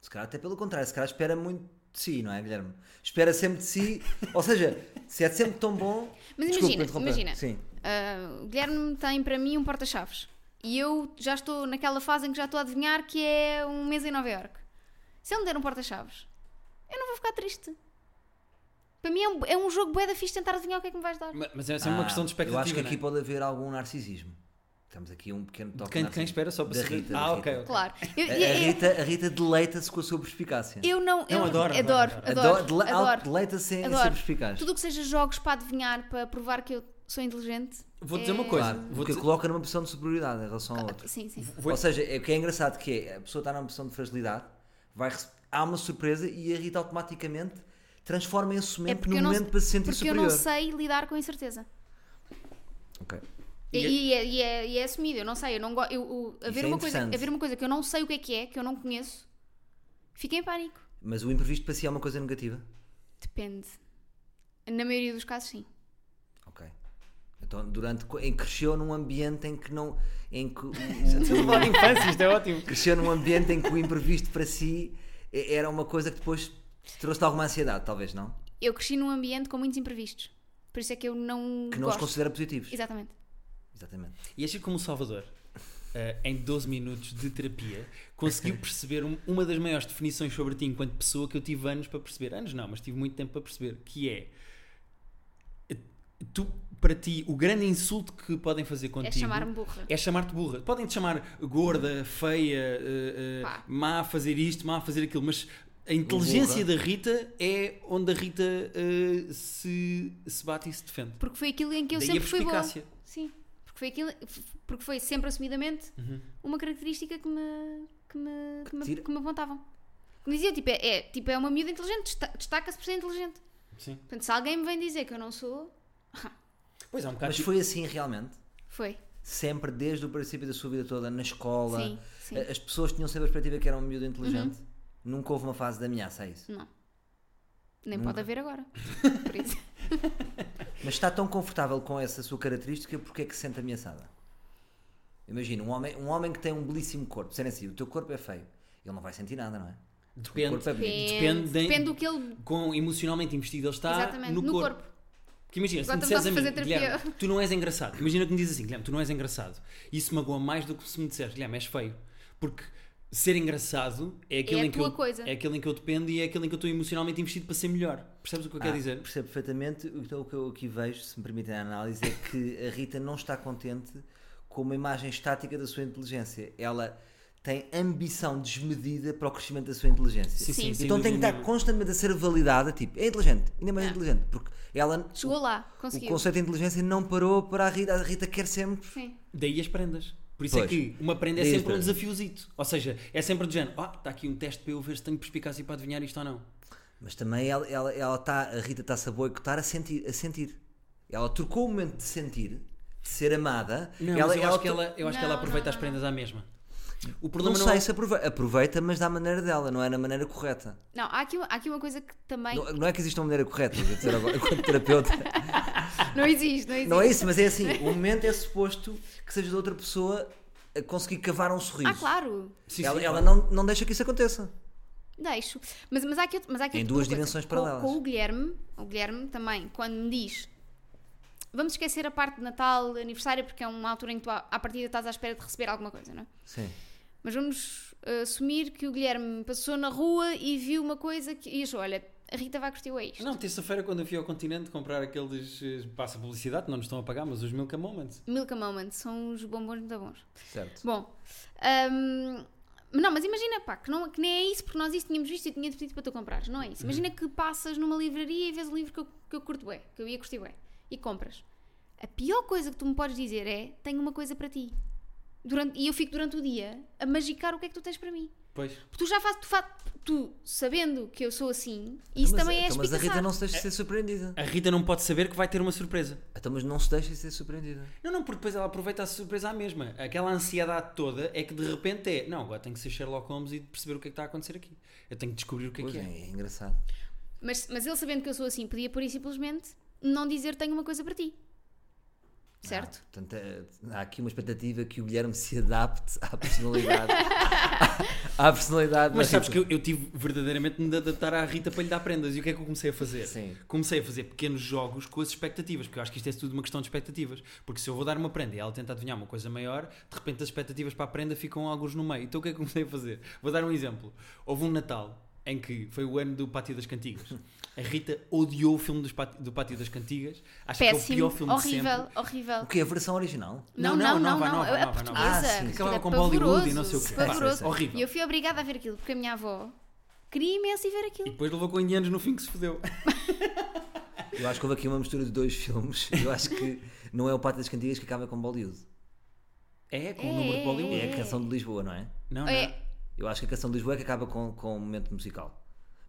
[SPEAKER 3] Se calhar até pelo contrário, se calhar espera muito de si, não é, Guilherme? Espera sempre de si, ou seja, se é sempre tão bom.
[SPEAKER 2] Mas
[SPEAKER 3] Desculpe,
[SPEAKER 2] imagina,
[SPEAKER 3] interromper.
[SPEAKER 2] imagina.
[SPEAKER 3] Sim.
[SPEAKER 2] Ah, o Guilherme tem para mim um porta-chaves. E eu já estou naquela fase em que já estou a adivinhar que é um mês em Nova Iorque. Se ele me der um porta-chaves, eu não vou ficar triste. Para mim é um, é um jogo bué da fixe tentar adivinhar o que é que me vais dar.
[SPEAKER 1] Ma- Mas essa é uma
[SPEAKER 3] Ah,
[SPEAKER 1] questão de
[SPEAKER 3] Eu
[SPEAKER 1] expectativa.
[SPEAKER 3] acho que aqui
[SPEAKER 1] não é?
[SPEAKER 3] pode haver algum narcisismo. Temos aqui um pequeno toque
[SPEAKER 1] De quem, de quem
[SPEAKER 3] narcisismo.
[SPEAKER 1] espera só para
[SPEAKER 3] Da
[SPEAKER 1] saber.
[SPEAKER 3] Rita, da
[SPEAKER 1] ah,
[SPEAKER 3] Rita.
[SPEAKER 1] ok. ok.
[SPEAKER 2] Claro. Eu,
[SPEAKER 3] A, a
[SPEAKER 2] eu- eu-
[SPEAKER 3] Rita, a Rita deleita-se com a sua perspicácia.
[SPEAKER 2] é- eu não. Eu
[SPEAKER 1] Não, adoro,
[SPEAKER 2] Adoro,
[SPEAKER 1] adoro,
[SPEAKER 2] adoro.
[SPEAKER 3] dele-
[SPEAKER 2] adoro.
[SPEAKER 3] Deleita-se em em ser
[SPEAKER 2] Adoro.
[SPEAKER 3] perspicaz.
[SPEAKER 2] Tudo o que seja jogos para adivinhar, para provar que eu sou inteligente.
[SPEAKER 1] Vou dizer uma
[SPEAKER 2] é-
[SPEAKER 1] coisa.
[SPEAKER 3] Claro,
[SPEAKER 1] vou
[SPEAKER 3] porque
[SPEAKER 1] dizer-
[SPEAKER 3] coloca numa posição de superioridade em relação ao outro.
[SPEAKER 2] Sim, sim.
[SPEAKER 1] vou-
[SPEAKER 3] Ou seja, é- o que é engraçado que é, a pessoa está numa posição de fragilidade, vai rece- há uma surpresa e a Rita automaticamente transforma esse
[SPEAKER 2] É
[SPEAKER 3] momento
[SPEAKER 2] porque, eu
[SPEAKER 3] num
[SPEAKER 2] não,
[SPEAKER 3] momento para se sentir
[SPEAKER 2] porque
[SPEAKER 3] superior.
[SPEAKER 2] eu não sei lidar com a incerteza.
[SPEAKER 3] Ok.
[SPEAKER 2] E,
[SPEAKER 1] E-
[SPEAKER 2] e é, e é- e é assumido, eu não sei, eu não gosto. Eu, eu- haver,
[SPEAKER 3] é
[SPEAKER 2] uma coisa,
[SPEAKER 3] interessante.
[SPEAKER 2] haver uma coisa que eu não sei o que é que é, que eu não conheço, fiquei em pânico.
[SPEAKER 3] Mas o imprevisto para si é uma coisa negativa?
[SPEAKER 2] Depende. Na maioria dos casos, sim.
[SPEAKER 3] Ok. Então, durante, co- em que cresceu num ambiente em que não. Em
[SPEAKER 1] [laughs]
[SPEAKER 3] que, o-
[SPEAKER 1] Estou a falar de infância, isto é ótimo.
[SPEAKER 3] cresceu num ambiente em que o imprevisto para si e- era uma coisa que depois te trouxe alguma ansiedade, talvez, não?
[SPEAKER 2] Eu cresci num ambiente com muitos imprevistos. Por isso é que eu não.
[SPEAKER 3] Que não os
[SPEAKER 2] gosto.
[SPEAKER 3] considera positivos.
[SPEAKER 2] Exatamente.
[SPEAKER 3] Exatamente.
[SPEAKER 1] E achei como o Salvador, eh, em 12 minutos de terapia, [laughs] conseguiu perceber um- uma das maiores definições sobre ti enquanto pessoa que eu tive anos para perceber. Anos não, mas tive muito tempo para perceber. Que é. eh, Tu, para ti, o grande insulto que podem fazer
[SPEAKER 2] É
[SPEAKER 1] contigo.
[SPEAKER 2] chamar-me burra.
[SPEAKER 1] É chamar-te burra. Podem te chamar gorda, feia, eh, eh,
[SPEAKER 2] Pá.
[SPEAKER 1] má a fazer isto, má a fazer aquilo, mas a inteligência da Rita é onde a Rita eh, se, se bate e se defende.
[SPEAKER 2] Porque foi aquilo em que eu
[SPEAKER 1] Daí a
[SPEAKER 2] sempre fui boa.
[SPEAKER 1] perspicácia.
[SPEAKER 2] Sim. Porque foi, aquilo, porque foi sempre assumidamente uma característica que me, que me, que me,
[SPEAKER 3] tira-
[SPEAKER 2] que me apontavam. Que me diziam, tipo, é, é- tipo, é uma miúda inteligente, desta- destaca-se por ser inteligente.
[SPEAKER 1] Sim.
[SPEAKER 2] Portanto, se alguém me vem dizer que eu não sou,
[SPEAKER 1] Pois é, um bocado.
[SPEAKER 3] Mas foi assim realmente?
[SPEAKER 2] foi.
[SPEAKER 3] Sempre, desde o princípio da sua vida toda, na escola,
[SPEAKER 2] Sim, sim. Uhum.
[SPEAKER 3] a- as pessoas tinham sempre a perspectiva que era um miúdo inteligente. Nunca houve uma fase de ameaça a isso.
[SPEAKER 2] Não. Nem
[SPEAKER 3] Nunca.
[SPEAKER 2] pode haver
[SPEAKER 3] [laughs]
[SPEAKER 2] agora. Por isso.
[SPEAKER 3] Mas está tão confortável com essa sua característica porque é que se sente ameaçada? Imagina, um homem, um homem que tem um belíssimo corpo, sendo assim, o teu corpo é feio, ele não vai sentir nada, não é? O
[SPEAKER 1] Depende,
[SPEAKER 3] corpo é bonito.
[SPEAKER 1] Depende de-
[SPEAKER 2] Depende do que ele.
[SPEAKER 1] quão emocionalmente investido ele está
[SPEAKER 2] Exatamente, no, corpo.
[SPEAKER 1] Porque imagina, se
[SPEAKER 2] Agora
[SPEAKER 1] me
[SPEAKER 2] estamos
[SPEAKER 1] disseres a
[SPEAKER 2] a
[SPEAKER 1] mim,
[SPEAKER 2] fazer terapia.
[SPEAKER 1] Guilherme, tu não és engraçado. Imagina que me dizes assim, Guilherme, tu não és engraçado. Isso magoa mais do que se me disseres, Guilherme, és feio. Porque ser engraçado é aquele,
[SPEAKER 2] a
[SPEAKER 1] em, que
[SPEAKER 2] tua
[SPEAKER 1] eu,
[SPEAKER 2] coisa.
[SPEAKER 1] é aquele em que eu dependo e é aquele em que eu estou emocionalmente investido para ser melhor. Percebes o que eu quero
[SPEAKER 3] Ah,
[SPEAKER 1] dizer?
[SPEAKER 3] Percebo perfeitamente. Então, o que eu aqui vejo, se me permitem a análise, é que a Rita não está contente com uma imagem estática da sua inteligência. Ela tem ambição desmedida para o crescimento da sua inteligência.
[SPEAKER 2] Sim.
[SPEAKER 1] sem
[SPEAKER 3] Então tem que
[SPEAKER 1] dúvida
[SPEAKER 3] estar
[SPEAKER 1] nenhuma.
[SPEAKER 3] constantemente a ser validada, tipo, é inteligente, ainda mais
[SPEAKER 2] Não.
[SPEAKER 3] inteligente, porque ela
[SPEAKER 2] Chegou lá,
[SPEAKER 3] o
[SPEAKER 2] conseguiu.
[SPEAKER 3] conceito de inteligência não parou para a Rita, a Rita quer sempre
[SPEAKER 2] Sim.
[SPEAKER 1] Daí as prendas. Por isso é
[SPEAKER 3] Pois.
[SPEAKER 1] que uma prenda é
[SPEAKER 3] Daí as
[SPEAKER 1] sempre um
[SPEAKER 3] prendas.
[SPEAKER 1] desafiozito. Ou seja, é sempre do género, ah, está aqui um teste para eu ver se tenho perspicácia para adivinhar isto ou não.
[SPEAKER 3] Mas também ela, ela, ela tá, a Rita está-se a boicotar a sentir, a sentir. Ela trocou o momento de sentir, de ser amada.
[SPEAKER 1] Não,
[SPEAKER 3] ela,
[SPEAKER 1] mas eu, acho que ela, eu acho que ela
[SPEAKER 2] Não,
[SPEAKER 1] aproveita
[SPEAKER 2] não,
[SPEAKER 1] as
[SPEAKER 2] não,
[SPEAKER 1] prendas à mesma. O
[SPEAKER 3] Não,
[SPEAKER 1] problema não,
[SPEAKER 3] sei
[SPEAKER 1] é-
[SPEAKER 3] se aproveita, aproveita, mas da maneira dela, não é na maneira correta.
[SPEAKER 2] Não, há aqui, há aqui uma coisa que também.
[SPEAKER 3] Não, não é que existe uma maneira correta, vou dizer agora, enquanto
[SPEAKER 2] [laughs]
[SPEAKER 3] terapeuta.
[SPEAKER 2] Não existe, não existe.
[SPEAKER 3] Não é isso, mas é assim: o momento é suposto que seja de outra pessoa a conseguir cavar um sorriso.
[SPEAKER 2] Ah, claro.
[SPEAKER 1] Sim,
[SPEAKER 3] ela
[SPEAKER 1] sim,
[SPEAKER 3] ela
[SPEAKER 1] claro.
[SPEAKER 3] não, não deixa que isso aconteça.
[SPEAKER 2] Deixo. Mas, mas há aqui, outro- mas há aqui
[SPEAKER 3] Em
[SPEAKER 2] outra
[SPEAKER 3] duas
[SPEAKER 2] coisa.
[SPEAKER 3] dimensões
[SPEAKER 2] Com-
[SPEAKER 3] paralelas.
[SPEAKER 2] Com, o Guilherme, o Guilherme também, quando me diz vamos esquecer a parte de Natal, aniversário, porque é uma altura em que tu, à à partida, estás à espera de receber alguma coisa, não é? eh,
[SPEAKER 3] Sim.
[SPEAKER 2] Mas vamos uh, assumir que o Guilherme passou na rua e viu uma coisa que, e achou: olha, a Rita vai curtir o isto.
[SPEAKER 1] Não, terça-feira, quando eu fui ao continente comprar aqueles. eh, Passa publicidade, não nos estão a pagar, mas os Milka Moments.
[SPEAKER 2] Milk a Moment, são os bombons muito bons.
[SPEAKER 3] Certo.
[SPEAKER 2] Bom, hum, não, mas imagina, pá, que, não, que nem é isso, porque nós isso tínhamos visto e eu tinha-te pedido para tu comprares, não é isso.
[SPEAKER 3] Uhum.
[SPEAKER 2] Imagina que passas numa livraria e vês o livro que eu, que eu curto bem, que eu ia curtir bem, e compras. A pior coisa que tu me podes dizer é, tenho uma coisa para ti. Durante, e eu fico durante o dia a magicar o que é que tu tens para mim.
[SPEAKER 1] Pois.
[SPEAKER 2] Porque tu já fazes, tu, fa- tu sabendo que eu sou assim, isso
[SPEAKER 3] Mas-
[SPEAKER 2] também é
[SPEAKER 3] então, Mas a Rita
[SPEAKER 2] espicaçar.
[SPEAKER 3] não se deixa ser surpreendida.
[SPEAKER 1] A Rita não pode saber que vai ter uma surpresa.
[SPEAKER 3] Então, mas não se deixa ser surpreendida.
[SPEAKER 1] Não, não, porque depois ela aproveita a surpresa à mesma. Aquela ansiedade toda é que de repente é. Não, agora tenho que ser Sherlock Holmes e perceber o que é que está a acontecer aqui. Eu tenho que descobrir o que é
[SPEAKER 3] Pois
[SPEAKER 1] que
[SPEAKER 3] é,
[SPEAKER 1] é.
[SPEAKER 3] é engraçado.
[SPEAKER 2] Mas, mas ele sabendo que eu sou assim, podia pura e simplesmente não dizer tenho uma coisa para ti. Certo?
[SPEAKER 3] Ah, portanto, eh, há aqui uma expectativa que o Guilherme se adapte
[SPEAKER 1] [laughs]
[SPEAKER 3] à personalidade. à personalidade.
[SPEAKER 1] Mas
[SPEAKER 3] da
[SPEAKER 1] sabes que
[SPEAKER 3] Rita.
[SPEAKER 1] eu, eu tive verdadeiramente de me adaptar à Rita para lhe dar prendas. E o que é que eu comecei a fazer?
[SPEAKER 3] Sim.
[SPEAKER 1] Comecei a fazer pequenos jogos com as expectativas, porque eu acho que isto é tudo uma questão de expectativas. Porque se eu vou dar uma prenda e ela tenta adivinhar uma coisa maior, de repente as expectativas para a prenda ficam alguns no meio. Então o que é que eu comecei a fazer? Vou dar um exemplo. Houve um Natal em que foi o ano do Pátio das Cantigas. A Rita odiou o filme dos Pati- do Pátio das Cantigas. Acho que é o
[SPEAKER 2] Péssimo,
[SPEAKER 1] pior filme de sempre.
[SPEAKER 2] horrível, horrível.
[SPEAKER 3] O que é a versão original?
[SPEAKER 2] Não,
[SPEAKER 1] Não, não,
[SPEAKER 2] não, não,
[SPEAKER 1] vá
[SPEAKER 2] não. é
[SPEAKER 1] nova,
[SPEAKER 2] a
[SPEAKER 1] nova,
[SPEAKER 2] portuguesa.
[SPEAKER 1] nova.
[SPEAKER 3] Ah, sim,
[SPEAKER 2] aquilo
[SPEAKER 1] acabava
[SPEAKER 2] é
[SPEAKER 1] com Bollywood e não
[SPEAKER 2] pavoroso,
[SPEAKER 1] sei o quê. Ah,
[SPEAKER 2] pavoroso.
[SPEAKER 3] Sim, sim.
[SPEAKER 1] Horrível.
[SPEAKER 2] E eu fui obrigada a ver aquilo, porque a minha avó queria imenso ir ver
[SPEAKER 1] E
[SPEAKER 2] aquilo.
[SPEAKER 1] depois levou com indianos no fim que se fodeu.
[SPEAKER 3] Eu acho que houve aqui uma mistura de dois filmes. Eu acho que não é o Pátio das Cantigas que acaba com Bollywood.
[SPEAKER 1] É, com o número de Bollywood.
[SPEAKER 3] É a canção de Lisboa, não é?
[SPEAKER 1] Não, não.
[SPEAKER 2] É,
[SPEAKER 3] Eu acho que a canção de Lisboa é que acaba com, com um momento musical.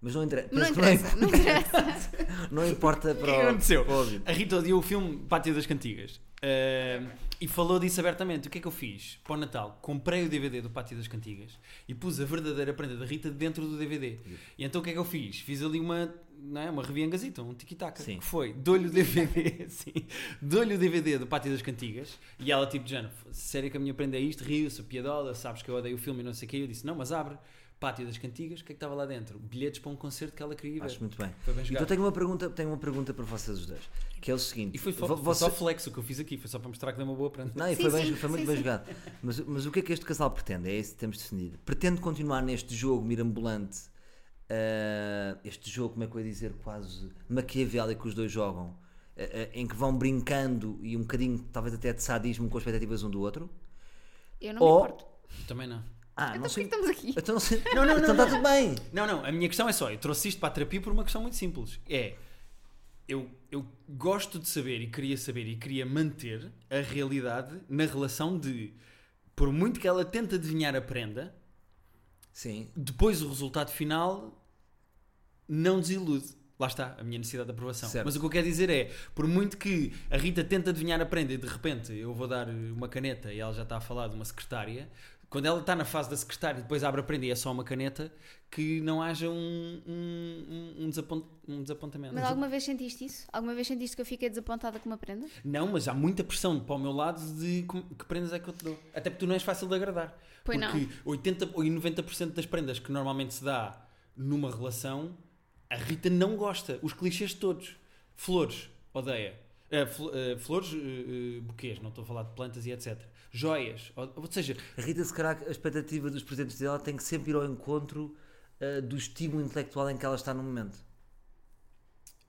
[SPEAKER 3] Mas não, inter...
[SPEAKER 2] não
[SPEAKER 3] penso que não, é-
[SPEAKER 2] interessa,
[SPEAKER 1] é.
[SPEAKER 2] não interessa.
[SPEAKER 3] não importa
[SPEAKER 1] O que é que
[SPEAKER 3] para o.
[SPEAKER 1] aconteceu?
[SPEAKER 3] para o ouvido.
[SPEAKER 1] A Rita odiou o filme Pátio das Cantigas Ahm, e falou disso abertamente. O que é que eu fiz? Para o Natal, comprei o DVD do Pátio das Cantigas e pus a verdadeira prenda da Rita dentro do DVD. E então o que é que eu fiz? Fiz ali uma, não é, uma reviangazita, um tic-tac.
[SPEAKER 3] Sim.
[SPEAKER 1] Que foi? Dou-lhe o DVD, [laughs] sim. Dou-lhe o DVD do Pátio das Cantigas e ela, tipo, de género, sério que a minha prenda é isto? Rio-se, piadola, sabes que eu odeio o filme e não sei o que. Eu disse, não, mas abre. Pátio das Cantigas, o que é que estava lá dentro? Bilhetes para um concerto que ela queria ir ver.
[SPEAKER 3] Acho muito bem.
[SPEAKER 1] Foi bem
[SPEAKER 3] então
[SPEAKER 1] jogado.
[SPEAKER 3] tenho uma pergunta, tenho uma pergunta para vocês os dois, que é o seguinte.
[SPEAKER 1] E foi, fo-
[SPEAKER 3] Vo-
[SPEAKER 1] foi
[SPEAKER 3] você-
[SPEAKER 1] só flex o que eu fiz aqui, foi só para mostrar que deu uma boa prenda.
[SPEAKER 3] Não, e
[SPEAKER 2] Sim,
[SPEAKER 3] foi, bem-
[SPEAKER 2] sim,
[SPEAKER 3] foi muito
[SPEAKER 2] sim,
[SPEAKER 3] bem
[SPEAKER 2] sim.
[SPEAKER 3] jogado. Mas, mas o que é que este casal pretende? É isso que temos definido. Pretende continuar neste jogo mirambulante, ah, este jogo, como é que eu ia dizer, quase maquiavélico que os dois jogam, ah, ah, em que vão brincando e um bocadinho, talvez até de sadismo com as expectativas um do outro?
[SPEAKER 2] Eu não
[SPEAKER 1] [laughs]
[SPEAKER 3] Ou-
[SPEAKER 1] Oh,
[SPEAKER 2] me importo.
[SPEAKER 1] Também não.
[SPEAKER 3] Ah,
[SPEAKER 2] Então
[SPEAKER 3] não
[SPEAKER 2] porquê que
[SPEAKER 3] sei.
[SPEAKER 2] estamos aqui?
[SPEAKER 3] Então
[SPEAKER 2] [laughs]
[SPEAKER 3] não sei.
[SPEAKER 1] Não, não,
[SPEAKER 3] então
[SPEAKER 1] não,
[SPEAKER 3] está tudo bem.
[SPEAKER 1] Não, não, a minha questão é só, eu trouxe isto para a terapia por uma questão muito simples. É, eu, eu gosto de saber e queria saber e queria manter a realidade na relação de, por muito que ela tente adivinhar a prenda,
[SPEAKER 3] Sim.
[SPEAKER 1] depois o resultado final não desilude. Lá está, a minha necessidade de aprovação.
[SPEAKER 3] Certo.
[SPEAKER 1] Mas o que eu quero dizer é, por muito que a Rita tente adivinhar a prenda e de repente eu vou dar uma caneta e ela já está a falar de uma secretária, quando ela está na fase da secretária e depois abre a prenda e é só uma caneta, que não haja um, um, um- um desapont- um desapontamento.
[SPEAKER 2] Mas alguma vez sentiste isso? Alguma vez sentiste que eu fiquei desapontada com uma prenda?
[SPEAKER 1] Não, mas há muita pressão para o meu lado de com- que prendas é que eu te dou. Até porque tu não és fácil de agradar.
[SPEAKER 2] Pois não.
[SPEAKER 1] porque 80 ou 90% das prendas que normalmente se dá numa relação, a Rita não gosta. Os clichês todos. Flores, odeia. Eh, fl- eh, flores, eh, eh, buquês, não estou a falar de plantas e etc. Joias, ou, ou seja,
[SPEAKER 3] A Rita, se calhar, a expectativa dos presentes dela tem que sempre ir ao encontro ah, do estímulo intelectual em que ela está no momento.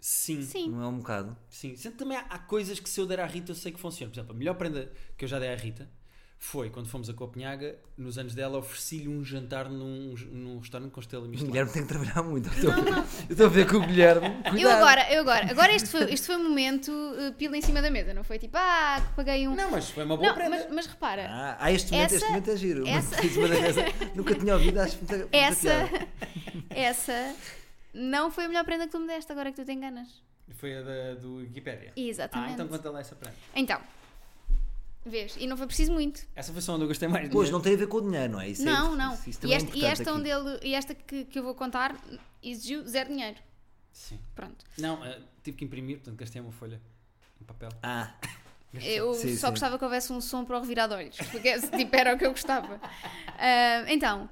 [SPEAKER 1] sim.
[SPEAKER 2] Sim.
[SPEAKER 3] Não é um bocado?
[SPEAKER 1] Sim, sendo também há, há coisas que se eu der à Rita eu sei que funciona. Por exemplo, a melhor prenda que eu já dei à Rita foi quando fomos a Copenhaga, nos anos dela, ofereci-lhe um jantar num, num restaurante com estrela
[SPEAKER 3] O
[SPEAKER 1] Michelin.
[SPEAKER 3] Guilherme tem que trabalhar muito. Eu estou a ver- [laughs] eu estou a ver que o Guilherme.
[SPEAKER 2] Eu
[SPEAKER 3] Cuidado.
[SPEAKER 2] agora, eu agora. Agora este foi, este foi um momento eh, pila em cima da mesa, não foi tipo, ah, que paguei um.
[SPEAKER 1] Não, mas foi uma boa
[SPEAKER 2] Não,
[SPEAKER 1] prenda.
[SPEAKER 2] mas, mas repara,
[SPEAKER 3] Ah, ah, este momento,
[SPEAKER 2] Essa-
[SPEAKER 3] este momento é giro.
[SPEAKER 2] essa-
[SPEAKER 3] Mas, mas,
[SPEAKER 2] [laughs]
[SPEAKER 3] essa- nunca tinha ouvido, acho muito, muito
[SPEAKER 2] Essa,
[SPEAKER 3] piada.
[SPEAKER 2] essa não foi a melhor prenda que tu me deste, agora é que tu te enganas.
[SPEAKER 3] Ah,
[SPEAKER 1] Foi a da, do Wikipedia.
[SPEAKER 2] Exatamente.
[SPEAKER 1] Ah, então conta lá essa prenda.
[SPEAKER 2] Então, vês, e não foi preciso muito.
[SPEAKER 1] Essa foi só onde eu gostei mais. né?
[SPEAKER 3] Pois, Tipo, não tem a ver com o dinheiro, não é? Isso é-
[SPEAKER 2] não, não.
[SPEAKER 3] isso- isso
[SPEAKER 2] e
[SPEAKER 3] também é
[SPEAKER 2] esta, e
[SPEAKER 3] importante
[SPEAKER 2] esta, um
[SPEAKER 3] aqui.
[SPEAKER 2] onde ele, e esta que, que eu vou contar exigiu zero dinheiro.
[SPEAKER 1] Sim.
[SPEAKER 2] Pronto.
[SPEAKER 1] Não, eh, tive que imprimir, portanto gastei uma folha, um papel.
[SPEAKER 3] Ah,
[SPEAKER 2] Eu
[SPEAKER 3] Sim,
[SPEAKER 2] só
[SPEAKER 3] sim.
[SPEAKER 2] gostava que houvesse um som para o revirar de olhos, porque esse tipo era o que eu gostava. Ah, então,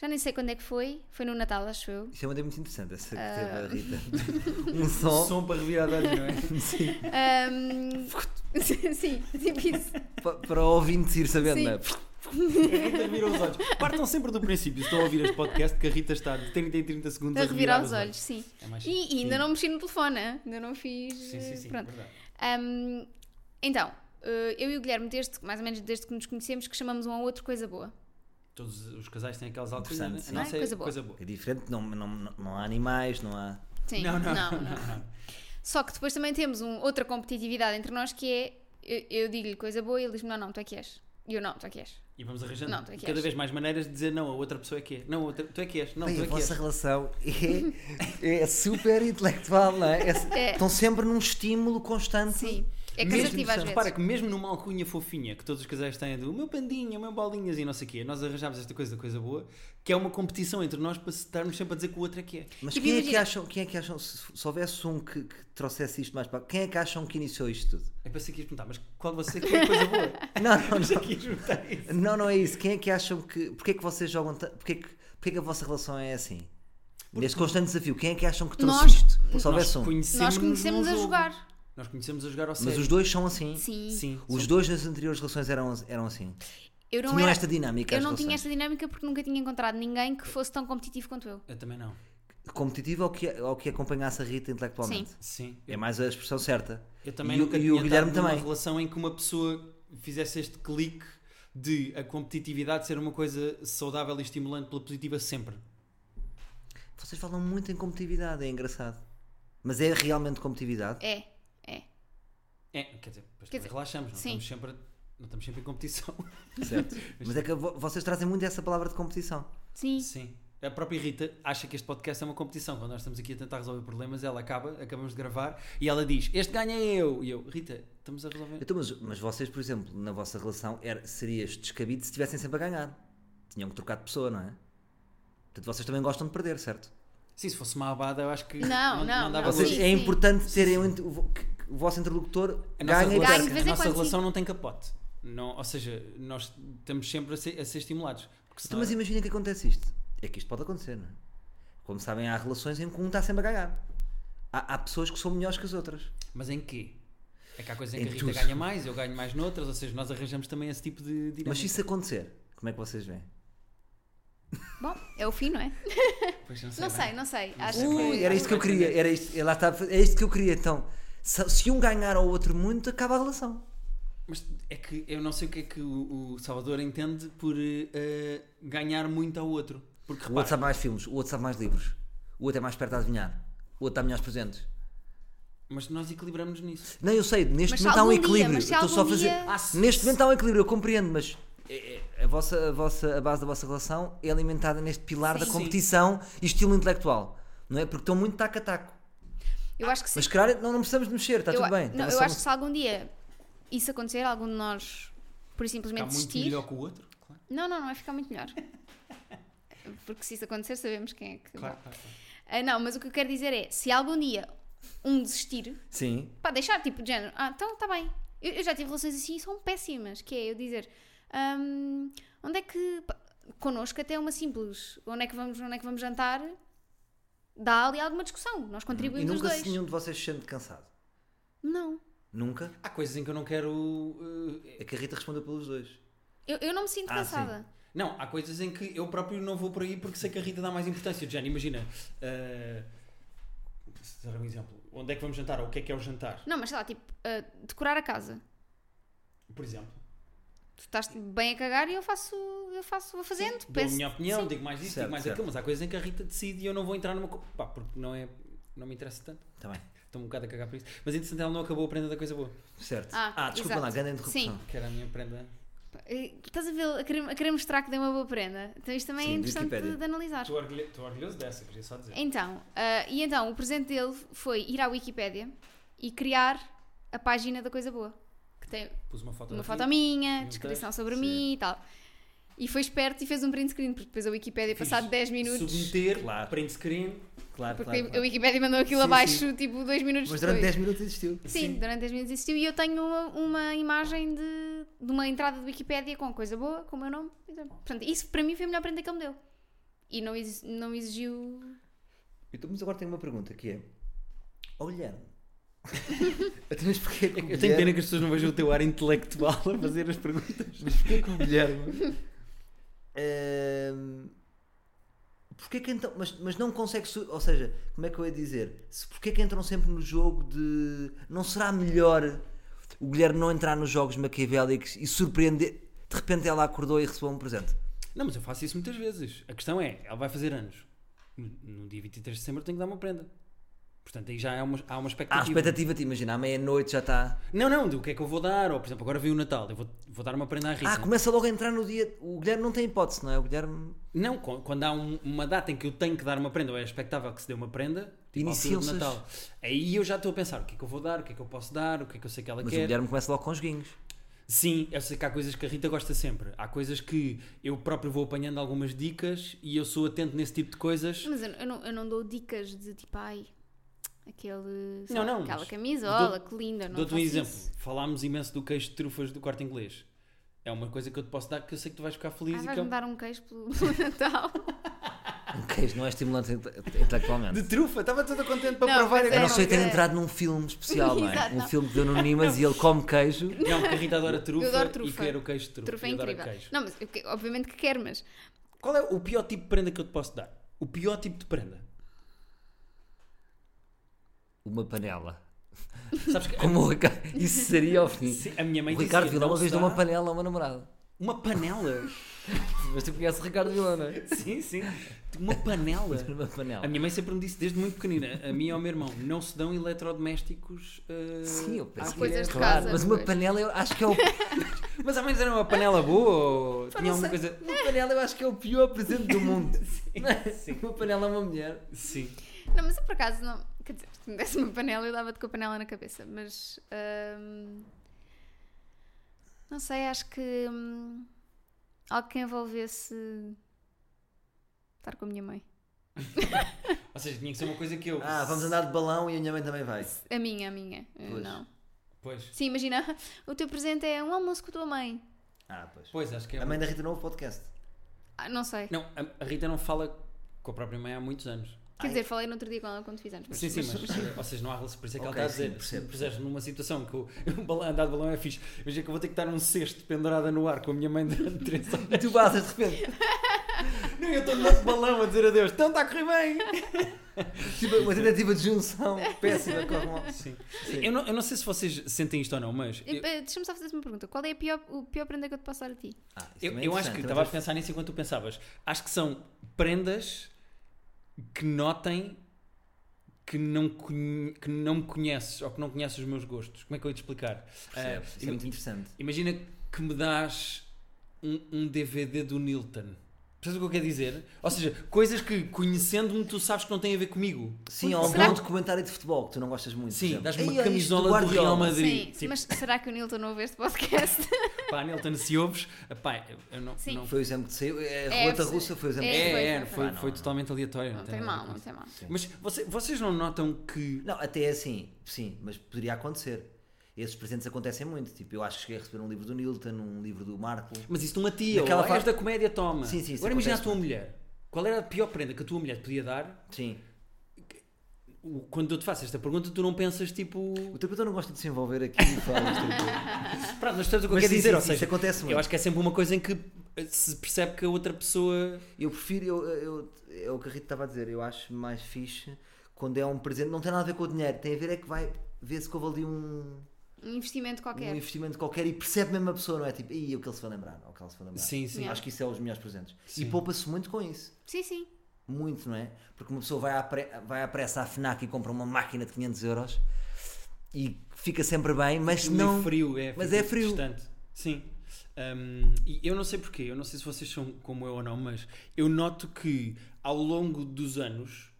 [SPEAKER 2] já nem sei quando é que foi. Foi no Natal, acho eu.
[SPEAKER 3] isso é uma ideia muito interessante, essa que teve
[SPEAKER 2] [laughs]
[SPEAKER 3] a Rita. [laughs] Um som.
[SPEAKER 1] Som para revirar de olhos, não é?
[SPEAKER 2] Ahm, Ah, [laughs] sim, sim, tipo isso.
[SPEAKER 3] pa- para o ouvinte ir sabendo,
[SPEAKER 2] Sim.
[SPEAKER 3] não é?
[SPEAKER 1] A Rita vira os olhos. Partam sempre do princípio, se estão a ouvir este podcast, que a Rita está de 30 em 30 segundos
[SPEAKER 2] A
[SPEAKER 1] a,
[SPEAKER 2] revirar os olhos, sim.
[SPEAKER 1] É mais
[SPEAKER 2] E, e ainda
[SPEAKER 1] Sim.
[SPEAKER 2] não mexi no telefone, né? ainda não fiz.
[SPEAKER 1] Sim, sim, sim.
[SPEAKER 2] Pronto.
[SPEAKER 1] verdade.
[SPEAKER 2] Hum, então, eh, eu e o Guilherme, desde, mais ou menos desde que nos conhecemos, que chamamos um ao outro coisa boa.
[SPEAKER 1] Todos os casais têm aquelas alcunhas.
[SPEAKER 3] Interessante,
[SPEAKER 1] né?
[SPEAKER 3] sim.
[SPEAKER 1] A nossa é
[SPEAKER 2] Ah, Coisa boa.
[SPEAKER 1] coisa boa.
[SPEAKER 3] É diferente, não, não, não, não há animais, não há.
[SPEAKER 2] Sim,
[SPEAKER 1] Não, não,
[SPEAKER 2] não, não. Só que depois também temos um- outra competitividade entre nós que é: eu, eu digo-lhe coisa boa e ele diz-me, não, não, tu é que és. E eu, não, tu é que és.
[SPEAKER 1] E vamos arranjando
[SPEAKER 2] Não, tu é que
[SPEAKER 1] cada
[SPEAKER 2] és.
[SPEAKER 1] vez mais maneiras de dizer não, a outra pessoa é que é. Não, a outra, tu é que és. Não,
[SPEAKER 3] Bem,
[SPEAKER 1] tu
[SPEAKER 3] a
[SPEAKER 1] é que és.
[SPEAKER 3] vossa relação
[SPEAKER 2] [laughs]
[SPEAKER 3] é, é super intelectual, não é? É-
[SPEAKER 2] É.
[SPEAKER 3] Estão sempre num estímulo constante.
[SPEAKER 2] Sim. É
[SPEAKER 3] Mesmo
[SPEAKER 2] cansativo às
[SPEAKER 3] sendo-
[SPEAKER 2] vezes.
[SPEAKER 1] Repara que mesmo numa alcunha fofinha que todos os casais têm do meu pandinha, o meu bolinhas e não sei o quê, nós arranjámos esta coisa da coisa boa, que é uma competição entre nós para se estarmos sempre a dizer que o outro é que é.
[SPEAKER 3] Mas
[SPEAKER 2] Tipo,
[SPEAKER 3] quem é, que
[SPEAKER 2] imagina-
[SPEAKER 3] acham, quem é que acham, se, se houvesse um que, que trouxesse isto mais para. Quem é que acham que iniciou isto
[SPEAKER 2] [laughs]
[SPEAKER 3] tudo?
[SPEAKER 1] Eu pensei que ias perguntar, mas qual você que é a coisa boa?
[SPEAKER 3] Não, não,
[SPEAKER 1] Pensei
[SPEAKER 3] não.
[SPEAKER 1] que ias perguntar isso.
[SPEAKER 3] Não, não é isso. Quem é que acham que. Porquê é que vocês jogam. ta- Porquê que, porquê que a vossa relação é assim? Neste constante desafio, quem é que acham que trouxe
[SPEAKER 2] Nós-
[SPEAKER 3] isto? Se
[SPEAKER 1] Nós
[SPEAKER 3] houvesse um.
[SPEAKER 1] conhecemos,
[SPEAKER 2] Nós conhecemos a jogar.
[SPEAKER 1] Nós conhecemos a jogar ao sério.
[SPEAKER 3] Mas os dois são assim.
[SPEAKER 2] Sim.
[SPEAKER 1] Sim.
[SPEAKER 3] Os dois nas anteriores relações eram, eram assim.
[SPEAKER 2] Eu não
[SPEAKER 3] Tinham
[SPEAKER 2] era.
[SPEAKER 3] esta dinâmica.
[SPEAKER 2] Eu
[SPEAKER 3] as
[SPEAKER 2] não tinha
[SPEAKER 3] relações.
[SPEAKER 2] esta dinâmica porque nunca tinha encontrado ninguém que fosse tão competitivo quanto eu.
[SPEAKER 1] Eu também não.
[SPEAKER 3] Competitivo ou que, ou que acompanhasse a Rita intelectualmente.
[SPEAKER 1] Sim.
[SPEAKER 3] É mais a expressão certa.
[SPEAKER 1] Eu também
[SPEAKER 3] E o-
[SPEAKER 1] nunca
[SPEAKER 3] e
[SPEAKER 1] tinha
[SPEAKER 3] o Guilherme
[SPEAKER 1] estado numa
[SPEAKER 3] também.
[SPEAKER 1] relação em que uma pessoa fizesse este clique de a competitividade ser uma coisa saudável e estimulante pela positiva sempre.
[SPEAKER 3] Vocês falam muito em competitividade, é engraçado. Mas é realmente competitividade?
[SPEAKER 2] É, é.
[SPEAKER 1] É, quer dizer, depois
[SPEAKER 2] Quer
[SPEAKER 1] também
[SPEAKER 2] dizer,
[SPEAKER 1] relaxamos, não
[SPEAKER 2] sim.
[SPEAKER 1] estamos, sempre, não estamos sempre em
[SPEAKER 2] [laughs]
[SPEAKER 1] competição.
[SPEAKER 3] [laughs] Certo. Mas é que vo- vocês trazem muito essa palavra de competição.
[SPEAKER 2] Sim.
[SPEAKER 1] Sim. A própria Rita acha que este podcast é uma competição. Quando nós estamos aqui a tentar resolver problemas, ela acaba, acabamos de gravar e ela diz: Este ganha eu. E eu, Rita, estamos a resolver.
[SPEAKER 3] Então, mas, mas vocês, por exemplo, na vossa relação, era, serias descabido se estivessem sempre a ganhar. Tinham que trocar de pessoa, não é? Portanto, vocês também gostam de perder, certo?
[SPEAKER 1] Sim, se fosse uma abada, eu acho que.
[SPEAKER 2] Não,
[SPEAKER 1] dava
[SPEAKER 2] não, não.
[SPEAKER 1] gosto.
[SPEAKER 3] Vocês,
[SPEAKER 2] sim,
[SPEAKER 3] é
[SPEAKER 2] sim.
[SPEAKER 3] importante terem um int- o, vo- que- que o vosso interlocutor
[SPEAKER 1] A nossa,
[SPEAKER 3] ganha e
[SPEAKER 1] relação,
[SPEAKER 2] Ganho
[SPEAKER 3] perca.
[SPEAKER 2] de vez
[SPEAKER 1] a
[SPEAKER 2] em
[SPEAKER 1] nossa
[SPEAKER 2] quando, sim.
[SPEAKER 1] relação não tem capote. Não, ou seja, nós estamos sempre a ser, a ser estimulados. Porque
[SPEAKER 3] Então,
[SPEAKER 1] senão,
[SPEAKER 3] mas imaginem que acontece isto. É que isto pode acontecer, não é? Como sabem, há relações em que um está sempre a ganhar. Há, há pessoas que são melhores que as outras.
[SPEAKER 1] mas em quê? É que há coisas em
[SPEAKER 3] Em
[SPEAKER 1] que a Rita
[SPEAKER 3] tudo.
[SPEAKER 1] ganha mais, eu ganho mais noutras, ou seja, nós arranjamos também esse tipo de dinâmica.
[SPEAKER 3] Mas se isso acontecer, como é que vocês veem?
[SPEAKER 2] Bom, é o fim, não é?
[SPEAKER 1] Pois não sei.
[SPEAKER 2] Não
[SPEAKER 1] não é?
[SPEAKER 2] sei, não sei. Acho
[SPEAKER 3] Ui,
[SPEAKER 2] que.
[SPEAKER 3] era isto que eu queria. Era isto, lá está, é isto que eu queria. Então, se, se um ganhar ao outro muito, acaba a relação.
[SPEAKER 1] Mas é que eu não sei o que é que o, o Salvador entende por eh, eh, ganhar muito ao outro. Porque
[SPEAKER 3] O outro
[SPEAKER 1] repara,
[SPEAKER 3] sabe mais filmes, o outro sabe mais livros, o outro é mais perto de adivinhar, o outro dá melhores presentes.
[SPEAKER 1] mas nós equilibramos nisso.
[SPEAKER 3] Não, eu sei, neste
[SPEAKER 2] Mas se
[SPEAKER 3] momento há um
[SPEAKER 2] algum dia,
[SPEAKER 3] equilíbrio.
[SPEAKER 2] mas se
[SPEAKER 3] eu estou só a
[SPEAKER 2] algum
[SPEAKER 3] fazer.
[SPEAKER 2] dia-
[SPEAKER 1] Ah, se-
[SPEAKER 3] Neste momento há um equilíbrio, eu compreendo, mas é- é- a, vossa, a, vossa, a base da vossa relação é alimentada neste pilar
[SPEAKER 1] Sim.
[SPEAKER 3] da competição e estilo intelectual. Não é? Porque estão muito taco a taco.
[SPEAKER 2] Eu acho que sim.
[SPEAKER 3] Mas claro, não, não precisamos de mexer, está
[SPEAKER 2] eu,
[SPEAKER 3] Tá tudo bem.
[SPEAKER 2] Não,
[SPEAKER 3] estava
[SPEAKER 2] eu
[SPEAKER 3] só um
[SPEAKER 2] acho
[SPEAKER 3] uma-
[SPEAKER 2] que se algum dia isso acontecer, algum de nós, por
[SPEAKER 1] Há
[SPEAKER 2] simplesmente
[SPEAKER 1] muito
[SPEAKER 2] desistir.
[SPEAKER 1] melhor que o outro, claro.
[SPEAKER 2] Não, não, não é ficar muito melhor. [laughs] Porque se isso acontecer, sabemos quem é que.
[SPEAKER 1] claro, claro, claro.
[SPEAKER 2] Ah, não, mas o que eu quero dizer é: se algum dia um desistir,
[SPEAKER 3] Sim.
[SPEAKER 2] pá, deixar tipo de género, ah, então está bem. Eu, eu já tive relações assim e são péssimas, que é eu dizer "Hum, onde é que pá, connosco até uma simples, onde é que vamos, onde é que vamos jantar, dá ali alguma discussão, nós
[SPEAKER 3] Uhum. E
[SPEAKER 2] contribuímos os
[SPEAKER 3] nunca
[SPEAKER 2] dois.
[SPEAKER 3] se nenhum de vocês se sente cansado.
[SPEAKER 2] Não.
[SPEAKER 3] Nunca?
[SPEAKER 1] Há coisas em que eu não quero. eh,
[SPEAKER 3] É que a Rita respondeu pelos dois.
[SPEAKER 2] Eu, eu não me sinto
[SPEAKER 3] Ah,
[SPEAKER 2] cansada.
[SPEAKER 1] Não, há coisas em que eu próprio não vou por aí porque sei que a Rita dá mais importância. Jane, imagina. eh, se dar um exemplo. Onde é que vamos jantar? Ou o que é que é o jantar?
[SPEAKER 2] Não, mas sei lá, tipo, ah, decorar a casa.
[SPEAKER 1] Por exemplo.
[SPEAKER 2] Tu estás bem a cagar e eu faço, eu faço, vou fazendo.
[SPEAKER 1] Dou a
[SPEAKER 2] penso-
[SPEAKER 1] minha opinião,
[SPEAKER 2] sim.
[SPEAKER 1] digo mais isto,
[SPEAKER 3] Certo,
[SPEAKER 1] digo mais
[SPEAKER 3] certo.
[SPEAKER 1] aquilo, mas há coisas em que a Rita decide e eu não vou entrar numa. co- Pá, porque não é. Não me interessa tanto.
[SPEAKER 3] Está Tá bem.
[SPEAKER 1] Estou um bocado a cagar por isso. Mas interessante, ela não acabou a prenda da coisa boa.
[SPEAKER 3] Certo.
[SPEAKER 2] Ah,
[SPEAKER 3] desculpa
[SPEAKER 2] exato.
[SPEAKER 3] lá, grande interrupção.
[SPEAKER 2] Sim.
[SPEAKER 1] Que era a minha prenda.
[SPEAKER 2] Pá, eh, Estás a ver, a querer, a querer mostrar que dei uma boa prenda. Então isto também
[SPEAKER 3] Sim,
[SPEAKER 2] é
[SPEAKER 3] de
[SPEAKER 2] interessante de,
[SPEAKER 3] Wikipédia.
[SPEAKER 2] de analisar.
[SPEAKER 1] Estou orgulho- estou orgulhoso dessa, queria só dizer.
[SPEAKER 2] Então, ah, e então, o presente dele foi ir à Wikipédia e criar a página da coisa boa. Que tem
[SPEAKER 1] Pus uma foto
[SPEAKER 2] uma
[SPEAKER 1] da
[SPEAKER 2] foto
[SPEAKER 1] Rita.
[SPEAKER 2] minha,
[SPEAKER 1] um
[SPEAKER 2] descrição
[SPEAKER 1] texto,
[SPEAKER 2] sobre
[SPEAKER 3] sim.
[SPEAKER 2] mim e tal. E foi esperto e fez um print screen, porque depois a Wikipédia,
[SPEAKER 1] Fiz
[SPEAKER 2] passado 10 minutos.
[SPEAKER 1] Submeter,
[SPEAKER 3] Claro.
[SPEAKER 1] print screen.
[SPEAKER 3] Claro,
[SPEAKER 2] Porque
[SPEAKER 3] claro.
[SPEAKER 2] a
[SPEAKER 3] claro.
[SPEAKER 2] Wikipédia mandou aquilo
[SPEAKER 3] Sim,
[SPEAKER 2] abaixo,
[SPEAKER 3] sim.
[SPEAKER 2] tipo, 2 minutos
[SPEAKER 3] Mas durante
[SPEAKER 2] depois.
[SPEAKER 3] 10 minutos existiu.
[SPEAKER 2] Sim, durante 10 minutos existiu. E eu tenho uma, uma imagem de, de uma entrada de Wikipédia com coisa boa, com o meu nome. Portanto, isso para mim foi a melhor prenda que ele me deu. E não, exi- não exigiu. [laughs]
[SPEAKER 3] Então, mas agora tenho uma pergunta que é: Olha, Até mas porquê é que o
[SPEAKER 1] Eu tenho pena
[SPEAKER 3] Guilherme-
[SPEAKER 1] que as pessoas não vejam o teu ar intelectual a fazer as perguntas.
[SPEAKER 3] Mas porquê que o Guilherme. Ehm, Porquê que entram. Mas, mas não consegue. su- Ou seja, como é que eu ia dizer? Se, porquê que entram sempre no jogo de. Não será melhor o Guilherme não entrar nos jogos maquiavélicos e surpreender. De repente ela acordou e recebeu um presente.
[SPEAKER 1] Não, mas eu faço isso muitas vezes. A questão é, ela vai fazer anos. No, no dia 23 de setembro eu tenho que dar uma prenda. Portanto, aí já há uma, há uma
[SPEAKER 3] Há
[SPEAKER 1] expectativa.
[SPEAKER 3] a expectativa, te imagina, à meia-noite já tá. está.
[SPEAKER 1] Não, não, do que é que eu vou dar. Ou, por exemplo, agora veio o Natal, eu vou, vou dar uma prenda à Rita.
[SPEAKER 3] Ah, começa logo a entrar no dia. O Guilherme não tem hipótese, não é? O Guilherme.
[SPEAKER 1] Não, co- quando há um- uma data em que eu tenho que dar uma prenda, ou é expectável que se dê uma prenda, tipo à altura do
[SPEAKER 3] Iniciam-se as-
[SPEAKER 1] Natal. Aí eu já estou a pensar o que é que eu vou dar, o que é que eu posso dar, o que é que eu sei que ela
[SPEAKER 3] Mas o
[SPEAKER 1] quer.
[SPEAKER 3] Guilherme começa logo com os guinhos.
[SPEAKER 1] Sim, eu sei que há coisas que a Rita gosta sempre. Há coisas que eu próprio vou apanhando algumas dicas e eu sou atento nesse tipo de coisas.
[SPEAKER 2] Mas eu, eu não, eu não dou dicas de tipo, ai, aquele, sei
[SPEAKER 1] Não,
[SPEAKER 2] lá,
[SPEAKER 1] não,
[SPEAKER 2] aquela
[SPEAKER 1] mas
[SPEAKER 2] camisola, que linda. não
[SPEAKER 1] Dou-te um
[SPEAKER 2] faço
[SPEAKER 1] exemplo.
[SPEAKER 2] isso.
[SPEAKER 1] Falámos imenso do queijo de trufas do corte inglês. É uma coisa que eu te posso dar que eu sei que tu vais ficar
[SPEAKER 2] Ah,
[SPEAKER 1] feliz e que é
[SPEAKER 2] vais-me
[SPEAKER 1] um-
[SPEAKER 2] dar um queijo pelo [laughs] Natal.
[SPEAKER 3] Um queijo não é estimulante inte- intelectualmente.
[SPEAKER 1] De trufa, estava toda contente para
[SPEAKER 2] Não,
[SPEAKER 1] provar. e
[SPEAKER 2] mas é-
[SPEAKER 3] A não
[SPEAKER 1] agora
[SPEAKER 3] ser ter
[SPEAKER 2] é.
[SPEAKER 3] entrado num filme especial, não
[SPEAKER 2] [laughs]
[SPEAKER 3] é?
[SPEAKER 2] Exato,
[SPEAKER 3] Um
[SPEAKER 2] não.
[SPEAKER 3] filme que deu no Nimas e ele come queijo.
[SPEAKER 1] não. Não, porque é um a Rita
[SPEAKER 2] [laughs]
[SPEAKER 1] adora trufa,
[SPEAKER 2] adoro
[SPEAKER 1] e
[SPEAKER 2] trufa.
[SPEAKER 1] quer o queijo de trufa.
[SPEAKER 2] Trufa é
[SPEAKER 1] e adora
[SPEAKER 2] incrível.
[SPEAKER 1] queijo.
[SPEAKER 2] Não, mas eu que- obviamente que quero, mas
[SPEAKER 1] Qual é o pior tipo de prenda que eu te posso dar? O pior tipo de prenda.
[SPEAKER 3] Uma panela.
[SPEAKER 1] Sabes que
[SPEAKER 3] Como o Ricardo. [laughs] Isso seria ao fim.
[SPEAKER 1] Sim, a minha mãe
[SPEAKER 3] O Ricardo
[SPEAKER 1] dizia,
[SPEAKER 3] Vilão
[SPEAKER 1] não
[SPEAKER 3] uma
[SPEAKER 1] se
[SPEAKER 3] vez deu uma
[SPEAKER 1] dá
[SPEAKER 3] panela a uma namorada.
[SPEAKER 1] uma panela. [laughs]
[SPEAKER 3] Mas tu conheces o Ricardo Vilão, não é?
[SPEAKER 1] sim, sim. Uma panela.
[SPEAKER 3] Uma panela.
[SPEAKER 1] A minha mãe sempre me disse desde muito pequenina, a mim e ao meu irmão, não se dão eletrodomésticos. eh,
[SPEAKER 3] Sim, eu penso
[SPEAKER 1] às
[SPEAKER 3] que
[SPEAKER 2] coisas
[SPEAKER 3] é
[SPEAKER 1] mulheres.
[SPEAKER 2] de
[SPEAKER 3] claro,
[SPEAKER 2] casa,
[SPEAKER 3] mas uma
[SPEAKER 2] pois.
[SPEAKER 3] panela eu acho que é o,
[SPEAKER 2] [laughs]
[SPEAKER 1] Mas à menos era uma panela boa ou tinha alguma coisa.
[SPEAKER 3] uma panela eu acho que é o pior presente do [laughs] mundo.
[SPEAKER 1] sim.
[SPEAKER 3] Uma panela a uma mulher.
[SPEAKER 1] Sim.
[SPEAKER 2] Não, mas eu por acaso não. Quer dizer, se me desse uma panela, eu dava-te com a panela na cabeça. Mas. hum, não sei, acho que. hum, algo que envolvesse. estar com a minha mãe.
[SPEAKER 1] Ou seja, tinha que ser uma coisa que eu.
[SPEAKER 3] Ah, vamos andar de balão e a minha mãe também vai.
[SPEAKER 2] A minha, a minha. Eu
[SPEAKER 3] Pois.
[SPEAKER 2] Não.
[SPEAKER 1] Pois,
[SPEAKER 2] Sim, imagina, [laughs] o teu presente é um almoço com a tua mãe.
[SPEAKER 3] Ah, pois.
[SPEAKER 1] pois acho que é.
[SPEAKER 3] A
[SPEAKER 1] uma-
[SPEAKER 3] mãe da Rita não ouve podcast.
[SPEAKER 2] Ah, não sei.
[SPEAKER 1] Não, a, a Rita não fala com a própria mãe há muitos anos.
[SPEAKER 2] Quer dizer, falei no outro dia com ela quando fiz anos. Mas,
[SPEAKER 1] Sim, sim, mas. Ou seja, não há relação. Por isso é que
[SPEAKER 3] Ok,
[SPEAKER 1] ela
[SPEAKER 3] sim,
[SPEAKER 1] está a dizer. Se
[SPEAKER 3] percebo,
[SPEAKER 1] me puseres numa situação que o [laughs] o balão- andar de balão é fixe, imagina que eu vou ter que estar num cesto pendurada no ar com a minha mãe durante três
[SPEAKER 3] [laughs]
[SPEAKER 1] horas.
[SPEAKER 3] E tu basas de repente.
[SPEAKER 1] Não, eu estou no outro balão a dizer adeus. Então está a correr bem.
[SPEAKER 3] [laughs] Tipo, uma tentativa de junção péssima com a
[SPEAKER 1] Sim.
[SPEAKER 3] Sim.
[SPEAKER 1] Eu, não, eu não sei se vocês sentem isto ou não, mas.
[SPEAKER 2] [laughs] E,
[SPEAKER 1] Eu,
[SPEAKER 2] pá, Deixa-me só fazer uma pergunta. Qual é a pior, o pior prenda que eu te posso dar a ti?
[SPEAKER 3] Ah, isso
[SPEAKER 1] eu-
[SPEAKER 3] também é
[SPEAKER 1] eu acho que
[SPEAKER 3] interessante.
[SPEAKER 1] estava a pensar nisso enquanto tu pensavas. Acho que são prendas que notem que não, conhe- que não me conheces ou que não conheces os meus gostos. Como é que eu ia te explicar?
[SPEAKER 3] Percebo,
[SPEAKER 1] Ah,
[SPEAKER 3] isso é muito interessante.
[SPEAKER 1] Imagina que me dás um, um DVD do Nilton. Percebes o que eu quero dizer? Ou seja, coisas que conhecendo-me tu sabes que não têm a ver comigo.
[SPEAKER 3] Sim, há um
[SPEAKER 2] Será
[SPEAKER 3] bom
[SPEAKER 2] que-
[SPEAKER 3] documentário de futebol que tu não gostas muito. por
[SPEAKER 1] Sim,
[SPEAKER 3] exemplo.
[SPEAKER 1] dás-me
[SPEAKER 3] Ei,
[SPEAKER 1] uma
[SPEAKER 3] olha, isto
[SPEAKER 1] camisola do
[SPEAKER 3] Guardiola.
[SPEAKER 1] Real Madrid.
[SPEAKER 2] Sim,
[SPEAKER 1] Tipo,
[SPEAKER 2] mas será que o Nilton não ouve este podcast?
[SPEAKER 1] Pá, Nilton, se ouves, pá, eu não.
[SPEAKER 2] Sim.
[SPEAKER 1] não-
[SPEAKER 3] Foi o exemplo que saiu. É,
[SPEAKER 2] É,
[SPEAKER 3] Roleta
[SPEAKER 2] foi-
[SPEAKER 3] Russa foi o exemplo que
[SPEAKER 2] É,
[SPEAKER 1] É, é,
[SPEAKER 2] foi,
[SPEAKER 1] foi,
[SPEAKER 3] foi.
[SPEAKER 1] foi
[SPEAKER 3] Ah, não.
[SPEAKER 1] totalmente aleatório.
[SPEAKER 2] Não tem
[SPEAKER 1] nada a ver
[SPEAKER 2] mal,
[SPEAKER 1] com
[SPEAKER 2] não
[SPEAKER 1] isso.
[SPEAKER 2] tem mal.
[SPEAKER 1] Mas você- vocês não notam que.
[SPEAKER 3] Não, até é assim, sim, mas poderia acontecer. Esses presentes acontecem muito. Tipo, eu acho que cheguei a receber um livro do Nilton, um livro do Marco.
[SPEAKER 1] Mas isso de uma tia,
[SPEAKER 3] Naquela
[SPEAKER 1] ou és
[SPEAKER 3] fase-
[SPEAKER 1] da comédia, toma.
[SPEAKER 3] Sim, sim, isso
[SPEAKER 1] Agora imagina a
[SPEAKER 3] acontece
[SPEAKER 1] tua mulher. Qual era a pior prenda que a tua mulher te podia dar?
[SPEAKER 3] Sim.
[SPEAKER 1] O- Quando eu te faço esta pergunta, tu não pensas
[SPEAKER 3] [laughs]
[SPEAKER 1] tipo.
[SPEAKER 3] O terapeuta não gosta de se envolver aqui [laughs] e falar isto aqui.
[SPEAKER 1] Pronto, mas percebes o que eu
[SPEAKER 3] Mas
[SPEAKER 1] quero
[SPEAKER 3] sim,
[SPEAKER 1] dizer?
[SPEAKER 3] sim,
[SPEAKER 1] ou
[SPEAKER 3] sim,
[SPEAKER 1] seja,
[SPEAKER 3] isso acontece muito.
[SPEAKER 1] Eu acho que é sempre uma coisa em que eh, se percebe que a outra pessoa.
[SPEAKER 3] Eu prefiro, eu, eu- é o que a Rita estava a dizer, eu acho mais fixe quando é um presente, não tem nada a ver com o dinheiro, tem a ver é que vai ver se que houve ali um,
[SPEAKER 2] Um investimento
[SPEAKER 3] um
[SPEAKER 2] qualquer.
[SPEAKER 3] investimento qualquer e percebe mesmo a pessoa, não é? Tipo, e o que ele se vai lembrar, ou o que ela se vai lembrar.
[SPEAKER 1] Sim, sim.
[SPEAKER 2] Yeah.
[SPEAKER 3] Acho que isso é os melhores presentes.
[SPEAKER 1] Sim.
[SPEAKER 3] E poupa-se muito com isso.
[SPEAKER 2] Sim, sim.
[SPEAKER 3] Muito, não é? Porque uma pessoa vai à, pre- vai à pressa à FNAC e compra uma máquina de 500 euros e fica sempre bem, mas
[SPEAKER 1] Meio
[SPEAKER 3] não.
[SPEAKER 1] frio, é.
[SPEAKER 3] mas
[SPEAKER 1] fica
[SPEAKER 3] é frio.
[SPEAKER 1] Distante. Sim. Ahm, e eu não sei porquê, eu não sei se vocês são como eu ou não, mas eu noto que ao longo dos anos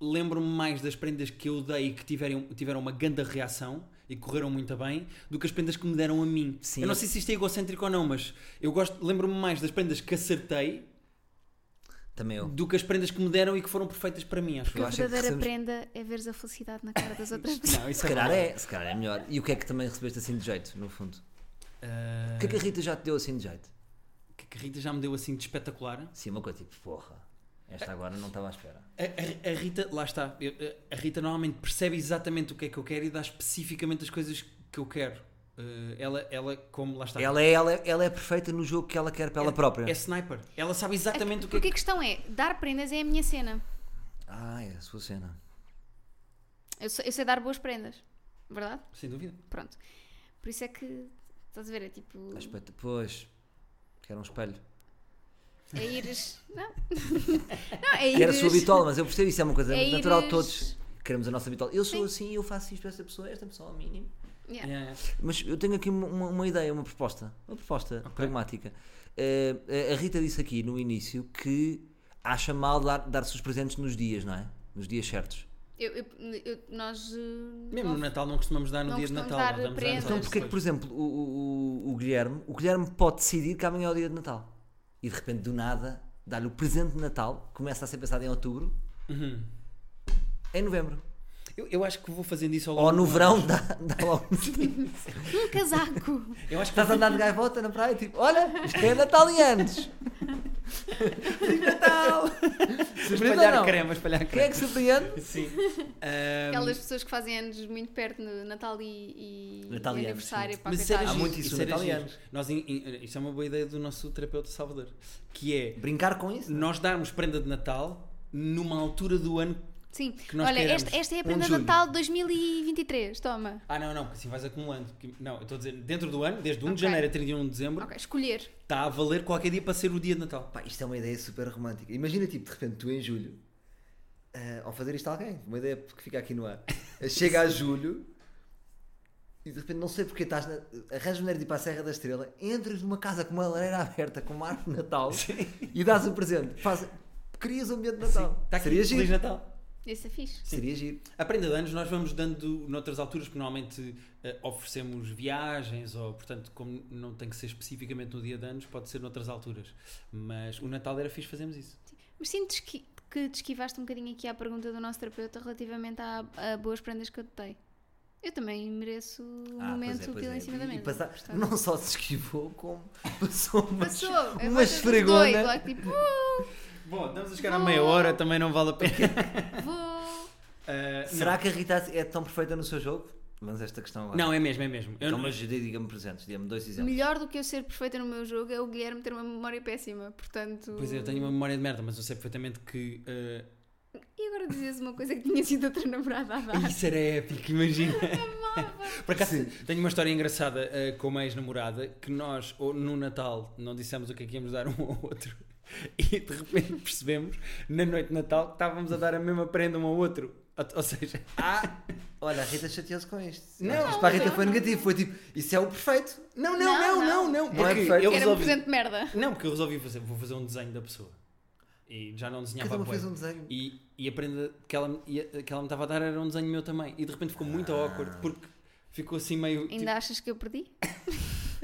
[SPEAKER 1] lembro-me mais das prendas que eu dei e que tiveram, tiveram uma grande reação e correram muito bem do que as prendas que me deram a mim.
[SPEAKER 3] Sim.
[SPEAKER 1] Eu não sei se isto é egocêntrico ou não, mas eu gosto, lembro-me mais das prendas que acertei
[SPEAKER 3] Também eu.
[SPEAKER 1] do que as prendas que me deram e que foram perfeitas para mim, acho
[SPEAKER 2] Porque
[SPEAKER 3] Eu
[SPEAKER 2] a
[SPEAKER 3] acho é que
[SPEAKER 2] verdadeira
[SPEAKER 3] recebemos-
[SPEAKER 2] prenda é veres a felicidade na cara das outras pessoas.
[SPEAKER 1] [laughs] Não, isso
[SPEAKER 3] Se calhar é, se calhar é melhor. E o que é que também recebeste assim de jeito, no fundo?
[SPEAKER 1] Ah,
[SPEAKER 3] O que é que a Rita já te deu assim de jeito?
[SPEAKER 1] que, que a Rita já me deu assim de espetacular.
[SPEAKER 3] Sim, uma coisa tipo, porra. Esta agora não estava à espera.
[SPEAKER 1] A, a- a Rita, lá está, eu- a Rita normalmente percebe exatamente o que é que eu quero e dá especificamente as coisas que eu quero. Eh, ela, ela, como lá está,
[SPEAKER 3] Ela é, ela, é- ela é perfeita no jogo que ela quer para ela própria.
[SPEAKER 1] é sniper. Ela sabe exatamente o que é
[SPEAKER 2] Porque
[SPEAKER 1] que.
[SPEAKER 2] a questão é, dar prendas é a minha cena.
[SPEAKER 3] Ah, é a sua cena.
[SPEAKER 2] Eu, sei- eu sei dar boas prendas, verdade?
[SPEAKER 1] Sem dúvida.
[SPEAKER 2] Pronto. Por isso é que, estás a ver, é tipo,
[SPEAKER 3] Mas, espet- Pois, quero um espelho.
[SPEAKER 2] é ires... Não, não é ires...
[SPEAKER 3] Quero a sua bitola, mas eu percebo isso, é uma coisa
[SPEAKER 2] É
[SPEAKER 3] natural de
[SPEAKER 2] ires-
[SPEAKER 3] todos. Queremos a nossa bitola. Eu sou
[SPEAKER 2] Sim.
[SPEAKER 3] assim, eu faço isto para esta pessoa, esta pessoa ao mínimo.
[SPEAKER 2] Yeah.
[SPEAKER 1] Yeah, yeah.
[SPEAKER 3] Mas eu tenho aqui uma, uma- uma ideia, uma proposta. Uma proposta pragmática. Eh, a- a Rita disse aqui no início que acha mal dar- dar-se os presentes nos dias, não é? Nos dias certos.
[SPEAKER 2] Eu, eu- eu- nós... eh,
[SPEAKER 1] Mesmo no
[SPEAKER 2] não-
[SPEAKER 1] Natal não costumamos dar no
[SPEAKER 2] Não
[SPEAKER 1] dia de
[SPEAKER 2] costumamos
[SPEAKER 1] Natal.
[SPEAKER 2] dar
[SPEAKER 1] nós damos
[SPEAKER 2] prendas.
[SPEAKER 1] anos
[SPEAKER 3] Então porque é que,
[SPEAKER 1] depois.
[SPEAKER 3] por exemplo, o, o- o- o Guilherme, o Guilherme pode decidir que amanhã é o dia de Natal. E de repente, do nada, dá-lhe o presente de Natal, começa a ser pensado em outubro, em novembro.
[SPEAKER 1] Eu, eu acho que vou fazendo isso ao longo
[SPEAKER 3] Ou no
[SPEAKER 1] do ano.
[SPEAKER 3] verão, dá, dá logo uns dias.
[SPEAKER 2] Um casaco!
[SPEAKER 1] Eu acho que
[SPEAKER 3] [laughs] Estás a andar de gaivota na praia, tipo, olha, isto é Natal e antes. Natal!
[SPEAKER 1] espalhar creme, espalhar
[SPEAKER 3] Quem é
[SPEAKER 1] creme.
[SPEAKER 3] que surpreende?
[SPEAKER 1] Sim.
[SPEAKER 2] [laughs] Aquelas pessoas que fazem anos muito perto no Natal e, e-
[SPEAKER 3] Natal
[SPEAKER 2] e
[SPEAKER 3] e anos,
[SPEAKER 2] aniversário
[SPEAKER 3] sim.
[SPEAKER 2] para
[SPEAKER 1] Mas isso
[SPEAKER 2] coitados.
[SPEAKER 1] era
[SPEAKER 3] Há
[SPEAKER 1] giro,
[SPEAKER 3] muito isso
[SPEAKER 1] era
[SPEAKER 3] nos
[SPEAKER 1] giro.
[SPEAKER 3] italianos.
[SPEAKER 1] Nós, in- in- isto é uma boa ideia do nosso terapeuta Salvador, que é
[SPEAKER 3] Brincar com isso?
[SPEAKER 1] nós darmos prenda de Natal numa altura do ano.
[SPEAKER 2] Sim,
[SPEAKER 1] nós
[SPEAKER 2] olha,
[SPEAKER 1] queiramos.
[SPEAKER 2] esta, esta é a
[SPEAKER 3] 1 de
[SPEAKER 2] prenda de
[SPEAKER 3] julho.
[SPEAKER 2] Natal de 2023, toma.
[SPEAKER 1] Ah, não, não, porque assim vais acumulando. Porque- Não, eu estou a dizer, dentro do ano, desde 1 de
[SPEAKER 2] Ok.
[SPEAKER 1] janeiro a 31 de dezembro,
[SPEAKER 2] Ok, escolher.
[SPEAKER 1] está a valer qualquer dia para ser o dia de Natal.
[SPEAKER 3] Pá, isto é uma ideia super romântica. Imagina, tipo, de repente, tu em julho, ah, ao fazer isto a alguém, uma ideia que fica aqui
[SPEAKER 1] [laughs]
[SPEAKER 3] no ar, chega a julho e de repente, não sei porque, estás na, arranjas maneira de ir para a Serra da Estrela, entras numa casa com uma lareira aberta, com uma árvore de Natal e dás um presente. Faz, crias um ambiente de Natal.
[SPEAKER 1] Está tá aqui,
[SPEAKER 3] Seria
[SPEAKER 1] Feliz
[SPEAKER 3] giro.
[SPEAKER 1] Natal.
[SPEAKER 2] Isso é fixe.
[SPEAKER 3] Seria giro.
[SPEAKER 1] A prenda de anos nós vamos dando noutras alturas, porque normalmente eh, oferecemos viagens, ou portanto, como não tem que ser especificamente no dia de anos, pode ser noutras alturas. Mas o Natal era fixe, fazemos isso.
[SPEAKER 2] Mas sinto esqui- que te esquivaste um bocadinho aqui à pergunta do nosso terapeuta relativamente à- a, boas prendas que eu te dei. Eu também
[SPEAKER 1] Ah,
[SPEAKER 2] mereço o Um
[SPEAKER 1] é,
[SPEAKER 2] momento
[SPEAKER 3] pois
[SPEAKER 2] pila em cima da
[SPEAKER 3] E
[SPEAKER 2] mesa.
[SPEAKER 3] passar-
[SPEAKER 2] Portanto,
[SPEAKER 3] não só se esquivou, como [laughs] passou uma,
[SPEAKER 2] Passou, eu
[SPEAKER 3] uma
[SPEAKER 2] vou ter dois,
[SPEAKER 3] esfregona.
[SPEAKER 2] logo, tipo, uh,
[SPEAKER 1] Bom, estamos a chegar à meia hora, também não vale a pena.
[SPEAKER 2] vou.
[SPEAKER 1] [laughs]
[SPEAKER 3] [laughs]
[SPEAKER 1] Eh,
[SPEAKER 3] Será que a Rita é tão perfeita no seu jogo? Vamos a esta questão agora.
[SPEAKER 1] não. Não, é mesmo, é mesmo. Eu
[SPEAKER 3] Então,
[SPEAKER 1] não-
[SPEAKER 3] mas diga-me presentes, diga-me dois
[SPEAKER 1] Então.
[SPEAKER 3] exemplos.
[SPEAKER 2] Melhor do que eu ser perfeita no meu jogo é o Guilherme ter uma memória péssima, portanto.
[SPEAKER 1] Pois é, eu tenho uma memória de merda, mas eu sei perfeitamente que eh,
[SPEAKER 2] E agora dizes uma coisa que tinha sido outra namorada a
[SPEAKER 3] Ah.
[SPEAKER 2] dar.
[SPEAKER 1] Isso era épico, imagina.
[SPEAKER 3] [laughs]
[SPEAKER 1] Por acaso, tenho uma história engraçada eh, com uma ex-namorada que nós, ou no Natal, não dissemos o que é que íamos dar um ao outro. [laughs] E de repente percebemos, na noite de Natal, que estávamos a dar a mesma prenda um ao outro. Ou- Ou seja,
[SPEAKER 3] Ah, olha, a Rita chateou-se com isto.
[SPEAKER 1] Não,
[SPEAKER 3] Acho que isto para a Rita foi negativo, foi tipo, isso é o perfeito.
[SPEAKER 1] não, não, não,
[SPEAKER 2] Não,
[SPEAKER 1] não,
[SPEAKER 2] não.
[SPEAKER 1] não.
[SPEAKER 3] Não é
[SPEAKER 1] Porque
[SPEAKER 3] perfeito.
[SPEAKER 1] eu
[SPEAKER 2] Era um
[SPEAKER 1] resolvi,
[SPEAKER 2] presente de merda.
[SPEAKER 1] não, porque eu resolvi fazer, vou fazer um desenho da pessoa. E já não desenhava
[SPEAKER 3] Cada uma
[SPEAKER 1] bué.
[SPEAKER 3] fez um desenho.
[SPEAKER 1] E, e a prenda que ela, me- e a- que ela me estava a dar era um desenho meu também. E de repente ficou muito awkward, porque ficou assim meio... tipo,
[SPEAKER 2] Ainda achas que eu perdi?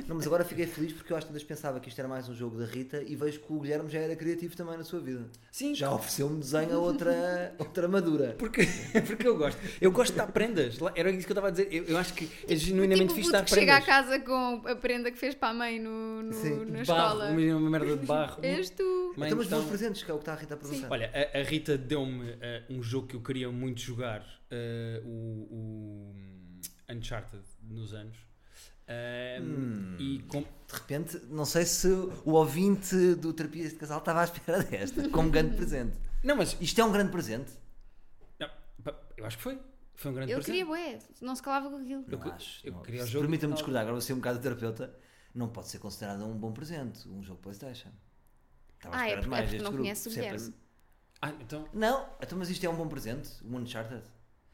[SPEAKER 3] Não, mas agora fiquei feliz porque eu às tantas pensava que isto era mais um jogo da Rita e vejo que o Guilherme já era criativo também na sua vida.
[SPEAKER 1] tipo, Sim,
[SPEAKER 3] Já ofereceu um desenho a outra, outra madura.
[SPEAKER 1] [laughs] Porque, porque eu gosto. Eu gosto de dar prendas. Lá- Era isso que eu estava a dizer. Eu, eu acho que é genuinamente
[SPEAKER 2] tipo, o
[SPEAKER 1] fixe
[SPEAKER 2] puto
[SPEAKER 1] dar
[SPEAKER 2] que chega
[SPEAKER 1] prendas.
[SPEAKER 2] à casa com a prenda que fez para a mãe no, no-
[SPEAKER 3] Sim,
[SPEAKER 2] na
[SPEAKER 1] de
[SPEAKER 2] escola.
[SPEAKER 1] barro, uma, uma merda de barro.
[SPEAKER 2] [laughs] És tu.
[SPEAKER 1] Mãe,
[SPEAKER 3] então, mas
[SPEAKER 1] então-
[SPEAKER 3] bons presentes, que é o que está a Rita a perguntar.
[SPEAKER 1] Olha, a, a Rita deu-me eh, um jogo que eu queria muito jogar, eh, o, o Uncharted, nos anos. Eh,
[SPEAKER 3] Hum.
[SPEAKER 1] E com-
[SPEAKER 3] De repente, não sei se o ouvinte do Terapia de Casal estava à espera [laughs] desta, como grande presente.
[SPEAKER 1] Não, mas
[SPEAKER 3] Isto é um grande presente?
[SPEAKER 1] não, pá, eu acho que foi. Foi um grande
[SPEAKER 2] Eu
[SPEAKER 1] presente.
[SPEAKER 2] queria, bué, não se calava com aquilo.
[SPEAKER 1] Eu
[SPEAKER 3] Não
[SPEAKER 1] que-
[SPEAKER 3] acho.
[SPEAKER 1] eu
[SPEAKER 3] não.
[SPEAKER 1] queria o
[SPEAKER 3] Se
[SPEAKER 1] jogo
[SPEAKER 3] Permita-me
[SPEAKER 1] original.
[SPEAKER 3] discordar, agora vou ser um bocado terapeuta. Não pode ser considerado um bom presente, um jogo Playstation. Estava à
[SPEAKER 2] Ah, é porque-
[SPEAKER 3] espera
[SPEAKER 2] é
[SPEAKER 3] demais
[SPEAKER 2] porque
[SPEAKER 3] deste
[SPEAKER 2] não
[SPEAKER 3] grupo.
[SPEAKER 2] conhece o
[SPEAKER 3] Se é para-
[SPEAKER 2] Guilherme.
[SPEAKER 1] Ah, então,
[SPEAKER 3] Não, então, mas isto é um bom presente, um Uncharted.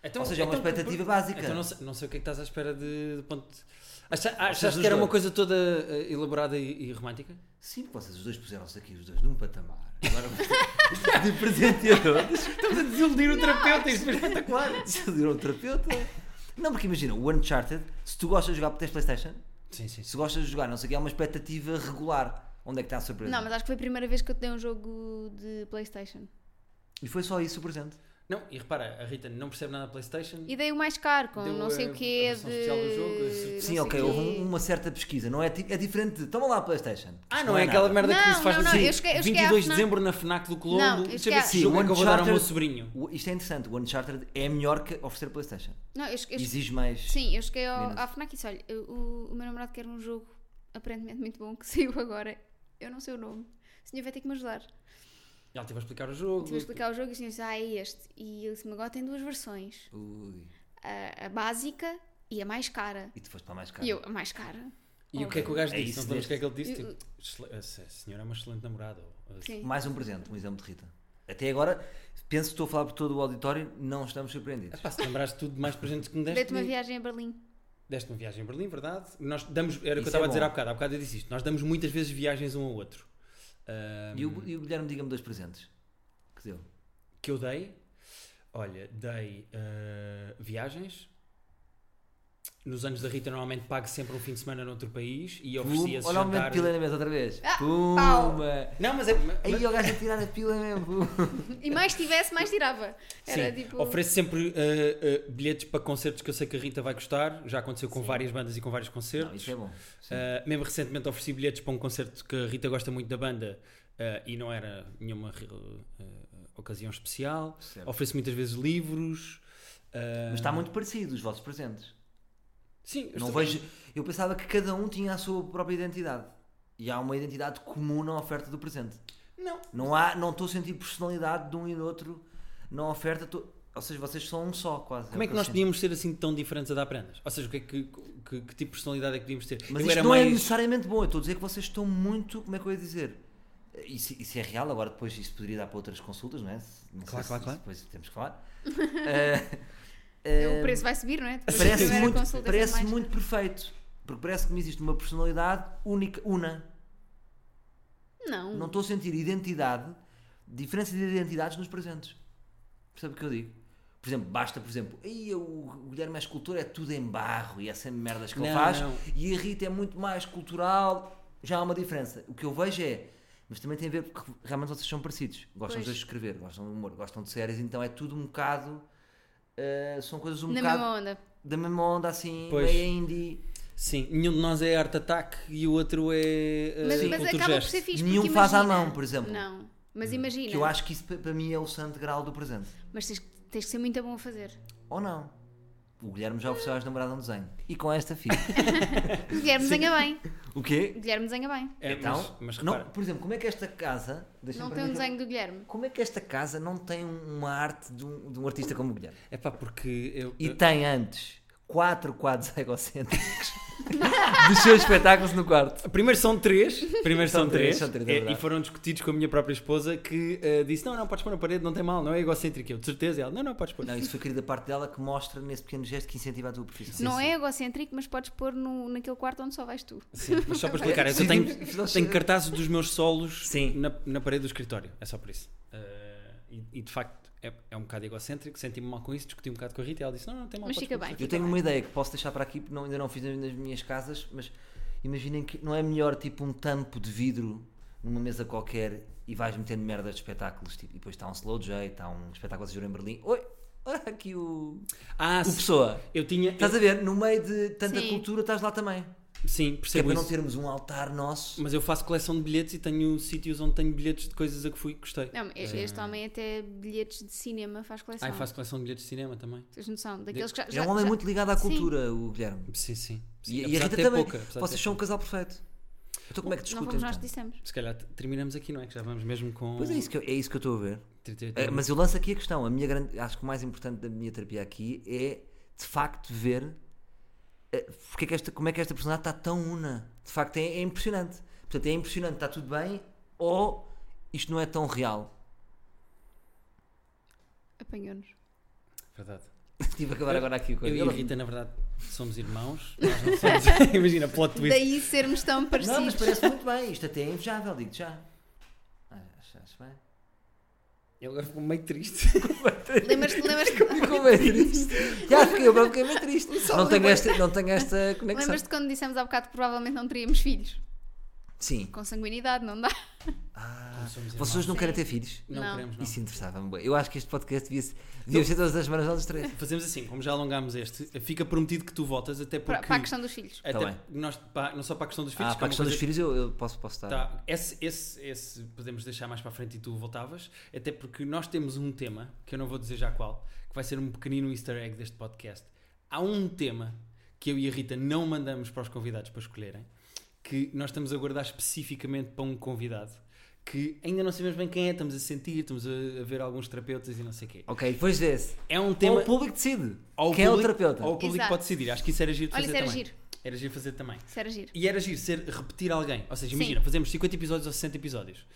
[SPEAKER 1] então,
[SPEAKER 3] Ou seja, é uma
[SPEAKER 1] então-
[SPEAKER 3] expectativa básica.
[SPEAKER 1] Então não sei, não sei o que é que estás à espera de, de ponto. de- Acha-
[SPEAKER 3] Vocês
[SPEAKER 1] Achaste
[SPEAKER 3] dos
[SPEAKER 1] que era uma
[SPEAKER 3] dois.
[SPEAKER 1] coisa toda eh, elaborada e- e
[SPEAKER 3] [laughs]
[SPEAKER 1] romântica?
[SPEAKER 3] Sim, porque vocês os dois puseram-se aqui, os dois num patamar. Agora de presenteadores.
[SPEAKER 1] Estamos a desiludir o terapeuta, isto é espetacular.
[SPEAKER 3] Decidiram o um terapeuta. Não, porque imagina, o Uncharted, se tu gostas de jogar porque tens Playstation,
[SPEAKER 1] Sim, sim, sim.
[SPEAKER 3] se gostas de jogar, não sei o que, é uma expectativa regular. Onde é que está a surpresa?
[SPEAKER 2] Não, mas acho que foi a primeira vez que eu te dei um jogo de Playstation.
[SPEAKER 3] E foi só isso o presente.
[SPEAKER 1] Não, e repara, a Rita não percebe nada da Playstation.
[SPEAKER 2] E dei o mais caro, com
[SPEAKER 1] Deu,
[SPEAKER 2] não sei
[SPEAKER 1] eh,
[SPEAKER 2] o quê
[SPEAKER 1] a versão oficial do jogo,
[SPEAKER 2] de...
[SPEAKER 1] esse-
[SPEAKER 2] não
[SPEAKER 3] Sim,
[SPEAKER 2] sei
[SPEAKER 3] ok,
[SPEAKER 2] quê.
[SPEAKER 3] houve um- uma certa pesquisa, não é, ti- é diferente de. Toma lá a PlayStation.
[SPEAKER 1] Ah, não, é, aquela
[SPEAKER 3] nada.
[SPEAKER 1] merda que
[SPEAKER 2] Não,
[SPEAKER 1] se faz
[SPEAKER 2] não, não,
[SPEAKER 1] assim.
[SPEAKER 2] eu cheguei- eu cheguei à
[SPEAKER 1] 22 de
[SPEAKER 2] FNAC.
[SPEAKER 1] dezembro na FNAC do Colombo.
[SPEAKER 2] Não, eu
[SPEAKER 1] Deixa eu
[SPEAKER 2] cheguei
[SPEAKER 1] ver
[SPEAKER 2] à-
[SPEAKER 1] se jogo é que eu vou dar ao meu
[SPEAKER 3] Uncharted-
[SPEAKER 1] sobrinho.
[SPEAKER 3] O- Isto é interessante, o Uncharted é melhor que oferecer PlayStation.
[SPEAKER 2] Não, eu, eu,
[SPEAKER 3] Exige mais.
[SPEAKER 2] Sim, eu cheguei ao,
[SPEAKER 3] Menos.
[SPEAKER 2] à FNAC e disse, olha, eu- o, o meu namorado quer um jogo aparentemente muito bom que [laughs] saiu agora. Eu não sei o nome. O senhor vai ter que me ajudar.
[SPEAKER 1] E ela teve a explicar o jogo.
[SPEAKER 2] Tive a explicar o jogo e o senhor disse, ah, é este. E ele disse-me, agora tem duas versões.
[SPEAKER 3] Ui.
[SPEAKER 2] A, a básica e a mais cara.
[SPEAKER 3] E tu foste para mais caro.
[SPEAKER 2] E eu, a mais cara?
[SPEAKER 1] E o que é que o gajo
[SPEAKER 3] É
[SPEAKER 1] disse?
[SPEAKER 3] isso
[SPEAKER 1] não sabemos o que é que ele disse.
[SPEAKER 2] Eu-
[SPEAKER 1] Tipo, "Excel- essa senhora é uma excelente namorada. ou- assim. ou-
[SPEAKER 2] Sim.
[SPEAKER 3] Mais um presente, um exame de Rita. Até agora, penso que estou a falar por todo o auditório, não estamos surpreendidos.
[SPEAKER 1] Epá, É se lembraste tudo de mais presentes que me deste.
[SPEAKER 2] Dei-te uma
[SPEAKER 1] me-
[SPEAKER 2] viagem a Berlim.
[SPEAKER 1] Deste uma viagem a Berlim, verdade? Nós damos, era o que eu
[SPEAKER 3] Isso é
[SPEAKER 1] estava a dizer
[SPEAKER 3] bom.
[SPEAKER 1] há bocado. Há bocado eu disse isto. Nós damos muitas vezes viagens um ao outro. Ahm,
[SPEAKER 3] E o, e o Guilherme, diga-me dois presentes. Que deu?
[SPEAKER 1] que hum. eu dei, olha, dei ah, viagens. Nos anos da Rita, normalmente pago sempre um fim de semana noutro país e oferecia
[SPEAKER 3] Pum, olha o momento de
[SPEAKER 1] jantares.
[SPEAKER 3] pila na mesa outra vez.
[SPEAKER 2] Ah, pau.
[SPEAKER 3] Pumba!
[SPEAKER 1] Não, mas é. mas-
[SPEAKER 3] Aí o gajo a tirar a pila mesmo.
[SPEAKER 2] E mais tivesse, mais tirava. Era
[SPEAKER 1] Sim,
[SPEAKER 2] tipo...
[SPEAKER 1] ofereço sempre uh, uh, bilhetes para concertos que eu sei que a Rita vai gostar. Já aconteceu com várias bandas e com vários
[SPEAKER 3] Não,
[SPEAKER 1] concertos.
[SPEAKER 3] isso é bom. Sim.
[SPEAKER 1] Uh, mesmo recentemente ofereci bilhetes para um concerto que a Rita gosta muito da banda uh, e não era nenhuma uh, ocasião especial.
[SPEAKER 3] Certo.
[SPEAKER 1] Ofereço muitas vezes livros. uh,
[SPEAKER 3] Mas está muito parecido os vossos presentes.
[SPEAKER 1] Sim, eu
[SPEAKER 3] Não
[SPEAKER 1] estou-
[SPEAKER 3] vejo. Eu pensava que cada um tinha a sua própria identidade. E há uma identidade comum na oferta do presente.
[SPEAKER 1] Não,
[SPEAKER 3] Não há, não estou a sentir personalidade de um e do outro na oferta. estou- Ou seja, vocês são um só, quase.
[SPEAKER 1] Como é
[SPEAKER 3] o
[SPEAKER 1] que nós
[SPEAKER 3] eu
[SPEAKER 1] podíamos ser assim tão diferentes a dar prendas? Ou seja, o que, é que, que- que tipo de personalidade é que podíamos ter?
[SPEAKER 3] sinto. Mas
[SPEAKER 1] Eu
[SPEAKER 3] isto
[SPEAKER 1] era
[SPEAKER 3] não é
[SPEAKER 1] mais-
[SPEAKER 3] necessariamente bom. Eu estou a dizer que vocês estão muito. Como é que eu ia dizer? Isso, isso é real, agora depois isso poderia dar para outras consultas, não é? Se- Não
[SPEAKER 1] Claro,
[SPEAKER 3] se
[SPEAKER 1] claro, claro.
[SPEAKER 3] Depois temos que
[SPEAKER 2] [laughs]
[SPEAKER 3] falar. Ah, ah,
[SPEAKER 2] O preço vai subir, não é? Depois da
[SPEAKER 3] parece
[SPEAKER 2] primeira
[SPEAKER 3] muito,
[SPEAKER 2] consulta,
[SPEAKER 3] parece
[SPEAKER 2] sempre mais.
[SPEAKER 3] muito perfeito. Porque parece que me existe uma personalidade única, una.
[SPEAKER 2] Não.
[SPEAKER 3] Não estou a sentir identidade, diferença de identidades nos presentes. Percebe o que eu digo? Por exemplo, basta, por exemplo, "Ei, o Guilherme é escultor, é tudo em barro e é sempre merdas que ele
[SPEAKER 1] Não,
[SPEAKER 3] faz,
[SPEAKER 1] não.
[SPEAKER 3] e a Rita é muito mais cultural, já há uma diferença. O que eu vejo é, mas também tem a ver porque realmente vocês são parecidos, gostam
[SPEAKER 2] Pois.
[SPEAKER 3] de escrever, gostam de humor, gostam de séries, então é tudo um bocado, eh, são coisas um
[SPEAKER 2] Na
[SPEAKER 3] bocado
[SPEAKER 2] mesma onda.
[SPEAKER 3] da mesma onda assim,
[SPEAKER 1] Pois.
[SPEAKER 3] meio indie.
[SPEAKER 1] Sim, nenhum de nós é Art Attack e o outro é. uh,
[SPEAKER 2] Mas, mas
[SPEAKER 1] Culture
[SPEAKER 2] acaba por
[SPEAKER 1] Gest.
[SPEAKER 2] ser fixe.
[SPEAKER 3] Nenhum
[SPEAKER 2] porque
[SPEAKER 3] faz à
[SPEAKER 2] imagina-
[SPEAKER 3] mão, por exemplo.
[SPEAKER 2] Não. Mas imagina.
[SPEAKER 3] Que eu acho que isso pa- para mim é o santo grau do presente.
[SPEAKER 2] Mas tens, tens que ser muito bom a
[SPEAKER 3] [laughs]
[SPEAKER 2] fazer.
[SPEAKER 3] Ou não. O Guilherme já ofereceu às namoradas um desenho. E com esta fica.
[SPEAKER 2] O Guilherme desenha bem.
[SPEAKER 3] o quê?
[SPEAKER 2] O Guilherme desenha bem.
[SPEAKER 1] É,
[SPEAKER 3] então,
[SPEAKER 1] mas, mas
[SPEAKER 3] não,
[SPEAKER 1] repara,
[SPEAKER 3] por exemplo, como é que esta casa. deixa-me
[SPEAKER 2] Não
[SPEAKER 3] para
[SPEAKER 2] tem um
[SPEAKER 3] mim que eu-
[SPEAKER 2] desenho do Guilherme.
[SPEAKER 3] Como é que esta casa não tem um- uma arte de um, de um artista como o Guilherme?
[SPEAKER 1] é pá, porque eu.
[SPEAKER 3] E tem antes quatro quadros [laughs] egocêntricos dos seus espetáculos no quarto.
[SPEAKER 1] Primeiro são [laughs] três, primeiro são,
[SPEAKER 3] São
[SPEAKER 1] três,
[SPEAKER 3] três, são três, é
[SPEAKER 1] eh, e
[SPEAKER 3] verdade.
[SPEAKER 1] foram discutidos com a minha própria esposa que eh, disse: Não, não, podes pôr na parede, não tem mal, não é egocêntrico. Eu, de certeza, ela: Não, não, podes pôr.
[SPEAKER 3] Não, isso foi querida parte dela que mostra nesse pequeno gesto que incentiva a tua profissão.
[SPEAKER 2] não é egocêntrico, mas podes pôr no, naquele quarto onde só vais tu.
[SPEAKER 1] Sim, mas só para explicar, é que eu
[SPEAKER 3] [laughs]
[SPEAKER 1] tenho,
[SPEAKER 3] Decidimos-
[SPEAKER 1] tenho cartazes dos meus solos
[SPEAKER 3] Sim.
[SPEAKER 1] Na, na parede do escritório, é só por isso. Eh, e, e, de facto é, é um bocado egocêntrico, senti-me mal com isso, discuti um bocado com a Rita e ela disse: Não, não tem mal.
[SPEAKER 2] Mas
[SPEAKER 1] podes
[SPEAKER 2] fica
[SPEAKER 1] pôr.
[SPEAKER 2] bem.
[SPEAKER 3] Eu tenho uma ideia que posso deixar para aqui, porque não, ainda não fiz nas minhas casas, mas imaginem que não é melhor tipo um tampo de vidro numa mesa qualquer e vais metendo merda de espetáculos, tipo, e depois está um slow J, está um espetáculo de juro em Berlim. Oi, olha aqui o,
[SPEAKER 1] Ah,
[SPEAKER 3] o
[SPEAKER 1] sim,
[SPEAKER 3] Pessoa.
[SPEAKER 1] eu tinha.
[SPEAKER 3] Estás a ver? No meio de tanta
[SPEAKER 2] Sim.
[SPEAKER 3] cultura estás lá também.
[SPEAKER 1] Sim,
[SPEAKER 3] Que é
[SPEAKER 1] percebo
[SPEAKER 3] para não
[SPEAKER 1] isso.
[SPEAKER 3] termos um altar nosso.
[SPEAKER 1] Mas eu faço coleção de bilhetes e tenho sítios onde tenho bilhetes de coisas a que fui e gostei.
[SPEAKER 2] Não, é este, este homem até bilhetes de cinema faz coleção.
[SPEAKER 1] Ah, e faço coleção de bilhetes de cinema também.
[SPEAKER 2] Tens noção? Daqueles que já,
[SPEAKER 3] É
[SPEAKER 2] já-
[SPEAKER 3] um homem
[SPEAKER 2] já-
[SPEAKER 3] muito ligado à
[SPEAKER 2] Sim.
[SPEAKER 3] cultura, o Guilherme.
[SPEAKER 1] Sim, sim. sim.
[SPEAKER 3] E, e a
[SPEAKER 1] Apesar de
[SPEAKER 3] Rita
[SPEAKER 1] ter
[SPEAKER 3] também.
[SPEAKER 1] pouca, apesar de ter
[SPEAKER 3] Vocês são um casal perfeito. Então como é que
[SPEAKER 2] Não
[SPEAKER 3] discutem?
[SPEAKER 2] fomos nós
[SPEAKER 3] Então?
[SPEAKER 2] que dissemos.
[SPEAKER 1] Se calhar t- terminamos aqui, não é? Que já vamos mesmo com.
[SPEAKER 3] Pois é isso que eu- é isso que eu estou a ver.
[SPEAKER 1] 38
[SPEAKER 3] É, mas eu lanço aqui a questão. A minha grande, acho que o mais importante da minha terapia aqui é de facto ver eh, porque é que esta, como é que esta personagem está tão una. De facto é, é impressionante. Portanto, é impressionante, está tudo bem, ou isto não é tão real. [laughs]
[SPEAKER 2] Apanhou-nos.
[SPEAKER 1] Verdade.
[SPEAKER 3] Estive a acabar agora aqui com
[SPEAKER 1] Eu e a
[SPEAKER 3] Ela-
[SPEAKER 1] Rita, na verdade, somos irmãos. Nós não somos. [laughs] Imagina, plot twist.
[SPEAKER 2] Daí sermos tão
[SPEAKER 3] [laughs] Não, mas
[SPEAKER 2] parecidos.
[SPEAKER 3] parece muito bem. Isto até é invejável, digo já. Ah, acho- acho bem.
[SPEAKER 1] Eu agora fico meio triste.
[SPEAKER 2] Lembras-te
[SPEAKER 3] [laughs]
[SPEAKER 2] lembras
[SPEAKER 3] [laughs] Como é triste? [laughs] Já fiquei, eu fiquei meio triste. Não tenho, esta, não tenho esta conexão.
[SPEAKER 2] lembras quando dissemos há bocado que provavelmente não teríamos filhos?
[SPEAKER 3] Sim.
[SPEAKER 2] Com sanguinidade, não dá.
[SPEAKER 3] Ah,
[SPEAKER 1] somos
[SPEAKER 3] vocês
[SPEAKER 1] irmãos.
[SPEAKER 3] não querem ter filhos?
[SPEAKER 1] Não,
[SPEAKER 2] Não.
[SPEAKER 1] queremos, não.
[SPEAKER 3] Isso interessava-me bem. Eu acho que este podcast devia, -se, devia ser todas as semanas nós os três.
[SPEAKER 1] Fazemos assim, como já alongámos este, fica prometido que tu votas, até porque.
[SPEAKER 2] Para, para a questão dos filhos.
[SPEAKER 1] até
[SPEAKER 3] Tá bem.
[SPEAKER 1] nós, pá, não só para a questão dos filhos,
[SPEAKER 3] Ah,
[SPEAKER 1] que é
[SPEAKER 3] para a
[SPEAKER 1] uma
[SPEAKER 3] questão dos
[SPEAKER 1] coisa
[SPEAKER 3] filhos eu, eu posso, posso estar.
[SPEAKER 1] Tá, esse, esse, esse podemos deixar mais para a frente e tu voltavas, até porque nós temos um tema, que eu não vou dizer já qual, que vai ser um pequenino easter egg deste podcast. Há um tema que eu e a Rita não mandamos para os convidados para escolherem, que nós estamos a guardar especificamente para um convidado, que ainda não sabemos bem quem é, estamos a sentir, estamos a, a ver alguns terapeutas e não sei o quê.
[SPEAKER 3] Ok, depois desse.
[SPEAKER 1] É um
[SPEAKER 3] Ou
[SPEAKER 1] tema...
[SPEAKER 3] o público decide.
[SPEAKER 1] ou
[SPEAKER 3] Quem é o
[SPEAKER 1] público-
[SPEAKER 3] terapeuta?
[SPEAKER 1] Ou o público
[SPEAKER 2] Exato.
[SPEAKER 1] pode decidir, acho que isso era giro de
[SPEAKER 2] Olha,
[SPEAKER 1] fazer
[SPEAKER 2] isso era
[SPEAKER 1] também.
[SPEAKER 2] giro.
[SPEAKER 1] Era giro fazer também.
[SPEAKER 2] Isso era giro.
[SPEAKER 1] E era giro ser repetir alguém. Ou seja,
[SPEAKER 2] Sim.
[SPEAKER 1] imagina, fazemos 50 episódios ou 60 episódios.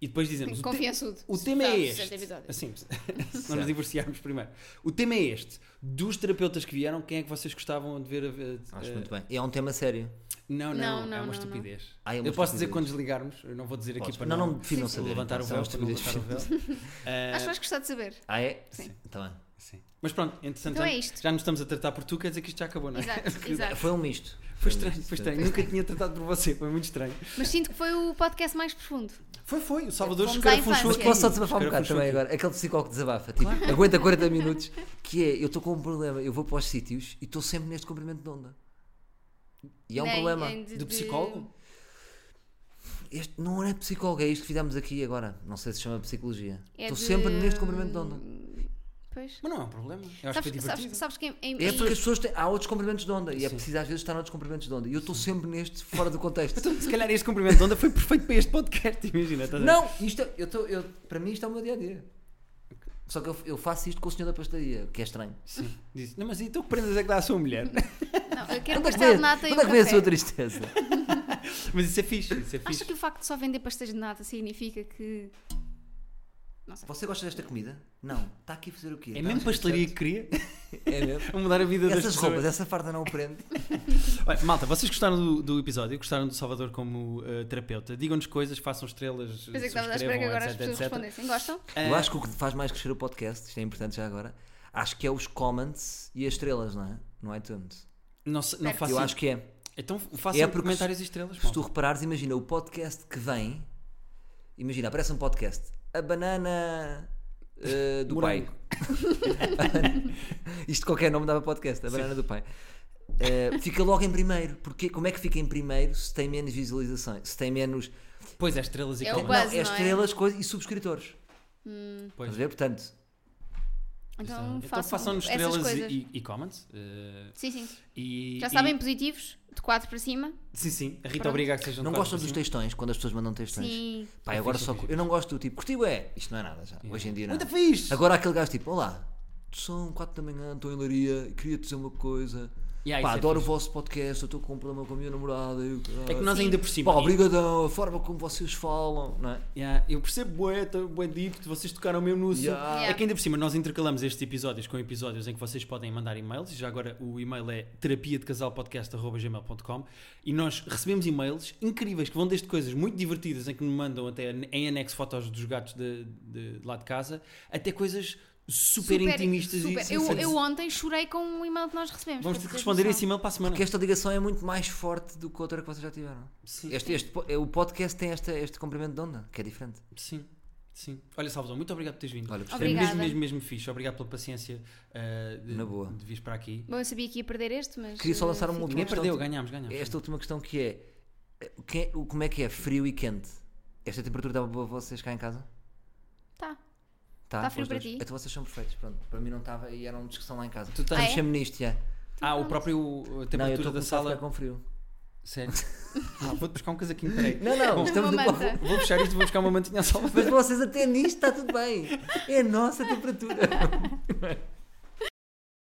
[SPEAKER 1] E depois dizemos. o te-
[SPEAKER 2] Confiançudo.
[SPEAKER 1] O tema é
[SPEAKER 2] Sabe,
[SPEAKER 1] este.
[SPEAKER 2] 60 episódios.
[SPEAKER 1] Assim,
[SPEAKER 2] [laughs]
[SPEAKER 1] [laughs] se não nos divorciarmos primeiro. O tema é este. Dos terapeutas que vieram, quem é que vocês gostavam de ver? A, a-
[SPEAKER 3] Acho
[SPEAKER 1] a-
[SPEAKER 3] muito bem. E é um tema sério.
[SPEAKER 1] não, não,
[SPEAKER 2] Não, não,
[SPEAKER 1] é
[SPEAKER 2] não,
[SPEAKER 1] uma
[SPEAKER 2] não.
[SPEAKER 1] estupidez.
[SPEAKER 3] Ah, é uma
[SPEAKER 1] eu posso
[SPEAKER 3] estupidez.
[SPEAKER 1] dizer quando desligarmos, eu não vou dizer aqui
[SPEAKER 3] Podes.
[SPEAKER 1] para
[SPEAKER 3] não, não definam
[SPEAKER 1] [laughs]
[SPEAKER 2] Sim,
[SPEAKER 1] para
[SPEAKER 3] saber.
[SPEAKER 1] levantar o
[SPEAKER 3] São
[SPEAKER 1] véu. Para não
[SPEAKER 3] estupidez.
[SPEAKER 1] levantar o véu.
[SPEAKER 3] [laughs]
[SPEAKER 1] Ah,
[SPEAKER 2] Acho que vais gostar de saber.
[SPEAKER 3] Ah, é?
[SPEAKER 2] Sim.
[SPEAKER 3] Tá bem.
[SPEAKER 1] sim. Mas pronto, entretanto,
[SPEAKER 2] Então
[SPEAKER 1] já,
[SPEAKER 2] é isto.
[SPEAKER 1] já nos estamos a tratar por tu, quer dizer que isto já acabou, não é?
[SPEAKER 3] [laughs]
[SPEAKER 1] [laughs]
[SPEAKER 2] Exato, exato.
[SPEAKER 3] Foi um misto.
[SPEAKER 1] Foi
[SPEAKER 3] um
[SPEAKER 1] estranho,
[SPEAKER 3] misto.
[SPEAKER 1] foi estranho. Nunca tinha tratado por você, foi muito estranho.
[SPEAKER 2] Mas sinto que foi o podcast mais profundo.
[SPEAKER 1] Foi, foi. O Salvador
[SPEAKER 2] Fomos à
[SPEAKER 1] escarafunchou
[SPEAKER 2] infância.
[SPEAKER 3] Mas
[SPEAKER 1] aqui.
[SPEAKER 3] posso só desabafar um bocado
[SPEAKER 1] Escarafunchou
[SPEAKER 3] também
[SPEAKER 1] aqui.
[SPEAKER 3] agora? Aquele psicólogo que desabafa, tipo, aguenta 40 minutos, que é, eu estou com um problema, eu vou para os sítios e estou sempre neste comprimento de onda. E é um
[SPEAKER 2] Nem-
[SPEAKER 3] problema.
[SPEAKER 2] nem Né, de-
[SPEAKER 1] Do
[SPEAKER 2] de-
[SPEAKER 1] psicólogo?
[SPEAKER 3] Este não é psicólogo, é isto que fizemos aqui agora. Não sei se chama psicologia.
[SPEAKER 2] é
[SPEAKER 3] Estou
[SPEAKER 2] de-
[SPEAKER 3] sempre neste comprimento de onda.
[SPEAKER 2] Pois.
[SPEAKER 1] Mas não é um problema. Eu acho que é
[SPEAKER 2] Sabes,
[SPEAKER 1] divertido.
[SPEAKER 2] sabes, sabes que em, em-
[SPEAKER 3] É
[SPEAKER 2] em-
[SPEAKER 3] porque as pessoas têm, há outros comprimentos de onda e é
[SPEAKER 1] Sim.
[SPEAKER 3] preciso às vezes estar noutros comprimentos de onda. E eu estou sempre neste, fora
[SPEAKER 1] [laughs]
[SPEAKER 3] do contexto.
[SPEAKER 1] Então, se calhar este comprimento de onda foi perfeito para este podcast, imagina. estás a ver?
[SPEAKER 3] Não, isto, é- eu tô, eu, para mim isto é o meu dia a dia. Só que eu, eu faço isto com o senhor da pastelaria, que é estranho.
[SPEAKER 1] Sim. Diz, não, mas então que prendas é que dá à sua mulher?
[SPEAKER 2] [laughs]
[SPEAKER 1] [laughs]
[SPEAKER 2] Não, eu quero
[SPEAKER 3] Quando é que
[SPEAKER 2] pastel de
[SPEAKER 3] vem-
[SPEAKER 2] nata e um
[SPEAKER 3] quando é que vem a sua
[SPEAKER 2] café.
[SPEAKER 3] tristeza?
[SPEAKER 1] mas isso é fixe, isso é
[SPEAKER 2] Acha
[SPEAKER 1] fixe.
[SPEAKER 2] que o facto de só vender pastéis de nata significa que. Não sei.
[SPEAKER 3] Você gosta desta comida? Não. Está aqui a fazer o quê?
[SPEAKER 1] É mesmo pastelaria que queria? [laughs]
[SPEAKER 3] É mesmo.
[SPEAKER 1] A mudar a vida das
[SPEAKER 3] Essas
[SPEAKER 1] pessoas.
[SPEAKER 3] roupas, é? essa farda não o prende.
[SPEAKER 1] [laughs] Olha, malta, vocês gostaram do, do episódio? Gostaram do Salvador como uh, terapeuta? Digam-nos coisas, façam estrelas,
[SPEAKER 2] Pois é que estavas à espera que agora as
[SPEAKER 1] subscrevam,
[SPEAKER 2] pessoas
[SPEAKER 1] etc, etc.
[SPEAKER 2] respondessem. Gostam? Então
[SPEAKER 1] Eh,
[SPEAKER 3] Eu acho que o que faz mais crescer o podcast, isto é importante já agora, acho que é os comments e as estrelas, não é? No iTunes.
[SPEAKER 1] Não, sei- não
[SPEAKER 2] Eu
[SPEAKER 1] faço.
[SPEAKER 3] Eu acho que é.
[SPEAKER 1] Então façam
[SPEAKER 3] É porque
[SPEAKER 1] comentários e estrelas.
[SPEAKER 3] Se tu
[SPEAKER 1] malta.
[SPEAKER 3] reparares, imagina o podcast que vem. Imagina, aparece um podcast. A banana eh, do
[SPEAKER 1] Morango.
[SPEAKER 3] pai. [laughs] Isto qualquer nome dava podcast. A banana do pai. Eh, fica logo em primeiro. Porque como é que fica em primeiro se tem menos visualizações? Se tem menos.
[SPEAKER 1] Pois é, estrelas e
[SPEAKER 2] É o
[SPEAKER 1] comentários.
[SPEAKER 2] buzz, não é?
[SPEAKER 3] é
[SPEAKER 2] Hum.
[SPEAKER 3] estrelas coisas, e subscritores.
[SPEAKER 1] Pois.
[SPEAKER 3] Estás a ver? Portanto,
[SPEAKER 2] Então,
[SPEAKER 1] então façam
[SPEAKER 2] façam-nos
[SPEAKER 1] nos
[SPEAKER 2] essas
[SPEAKER 1] estrelas
[SPEAKER 2] coisas.
[SPEAKER 1] e, e, e comments. eh,
[SPEAKER 2] Sim, sim.
[SPEAKER 1] e-
[SPEAKER 2] Já
[SPEAKER 1] e-
[SPEAKER 2] sabem, positivos, de 4 para cima.
[SPEAKER 1] Sim, sim. A Rita
[SPEAKER 2] Pronto.
[SPEAKER 1] obriga a que sejam
[SPEAKER 3] não
[SPEAKER 1] quatro
[SPEAKER 3] gostam
[SPEAKER 1] por
[SPEAKER 3] dos
[SPEAKER 1] cima.
[SPEAKER 3] textões quando as pessoas mandam textões.
[SPEAKER 2] Sim.
[SPEAKER 3] Pá, eu agora
[SPEAKER 1] fixe,
[SPEAKER 3] só.
[SPEAKER 1] é fixe.
[SPEAKER 3] Eu não gosto do tipo. Curtiu é. Isto não é nada já. Hoje em dia não.
[SPEAKER 1] Muito fixe!
[SPEAKER 3] Agora há aquele gajo tipo, olá, são 4 da manhã, estou em Laria, queria te dizer uma coisa.
[SPEAKER 1] Yeah,
[SPEAKER 3] Pá,
[SPEAKER 1] isso é
[SPEAKER 3] adoro o
[SPEAKER 1] fixe.
[SPEAKER 3] vosso podcast, eu estou com um problema com a minha namorada. Eu, ah,
[SPEAKER 1] É que nós
[SPEAKER 2] Sim.
[SPEAKER 1] ainda por cima.
[SPEAKER 3] Pá, obrigadão, a forma como vocês falam, não é?
[SPEAKER 1] Yeah, eu percebo bué, tá bué deep, que vocês tocaram mesmo no assunto.
[SPEAKER 3] Yeah.
[SPEAKER 2] Yeah.
[SPEAKER 1] É que ainda por cima nós intercalamos estes episódios com episódios em que vocês podem mandar e-mails. e Já agora o e-mail é terapia de e nós recebemos e-mails incríveis que vão desde coisas muito divertidas em que me mandam até em anexo fotos dos gatos de, de- de lá de casa até coisas super, intimistas
[SPEAKER 2] super.
[SPEAKER 1] e
[SPEAKER 2] Eu,
[SPEAKER 1] sinceras.
[SPEAKER 2] eu ontem chorei com um e-mail que nós recebemos.
[SPEAKER 1] Vamos
[SPEAKER 2] para
[SPEAKER 1] ter que
[SPEAKER 2] teres
[SPEAKER 1] responder
[SPEAKER 2] noção.
[SPEAKER 1] esse e-mail para a semana.
[SPEAKER 3] Porque esta ligação é muito mais forte do que outra que vocês já tiveram.
[SPEAKER 1] Sim.
[SPEAKER 3] Este, este, po- é, o podcast tem esta, este comprimento de onda, que é diferente.
[SPEAKER 1] Sim, sim. Olha, Salvador, muito obrigado por teres vindo.
[SPEAKER 3] Olha,
[SPEAKER 1] Foi
[SPEAKER 2] Obrigada.
[SPEAKER 1] mesmo, mesmo, mesmo fixe. Obrigado pela paciência uh, de,
[SPEAKER 3] Na boa.
[SPEAKER 1] de vir para aqui.
[SPEAKER 2] Bom, eu sabia que ia perder este, mas.
[SPEAKER 3] Queria só
[SPEAKER 2] eh,
[SPEAKER 3] lançar uma
[SPEAKER 2] fica-
[SPEAKER 1] Ninguém
[SPEAKER 3] questão
[SPEAKER 1] perdeu,
[SPEAKER 3] de-
[SPEAKER 1] ganhámos, ganhámos.
[SPEAKER 3] Esta última questão que é, eh, o que é- o- como é que é frio e quente? Esta temperatura estava boa para vocês cá em casa?
[SPEAKER 2] Tá.
[SPEAKER 3] Tá,
[SPEAKER 2] Tá frio
[SPEAKER 3] os
[SPEAKER 2] para
[SPEAKER 3] dois.
[SPEAKER 2] ti?
[SPEAKER 3] Então vocês são perfeitos, pronto. Para mim não estava e era uma discussão lá em casa.
[SPEAKER 1] Tu tens-
[SPEAKER 2] Ah, é?
[SPEAKER 3] Estamos nisto, já.
[SPEAKER 1] Ah, o próprio a
[SPEAKER 3] Não, eu
[SPEAKER 1] temperatura
[SPEAKER 3] estou a
[SPEAKER 1] da
[SPEAKER 3] começar a ficar
[SPEAKER 1] sala.
[SPEAKER 3] com frio.
[SPEAKER 1] Sério. Ah, vou-te buscar um casaquinho, peraí.
[SPEAKER 3] Não, não,
[SPEAKER 1] Bom,
[SPEAKER 3] estamos
[SPEAKER 2] Uma
[SPEAKER 3] a
[SPEAKER 2] manta.
[SPEAKER 1] Vou fechar isto, vou buscar um uma mantinha à salva.
[SPEAKER 3] Mas vocês até nisto está tudo bem. É a nossa temperatura.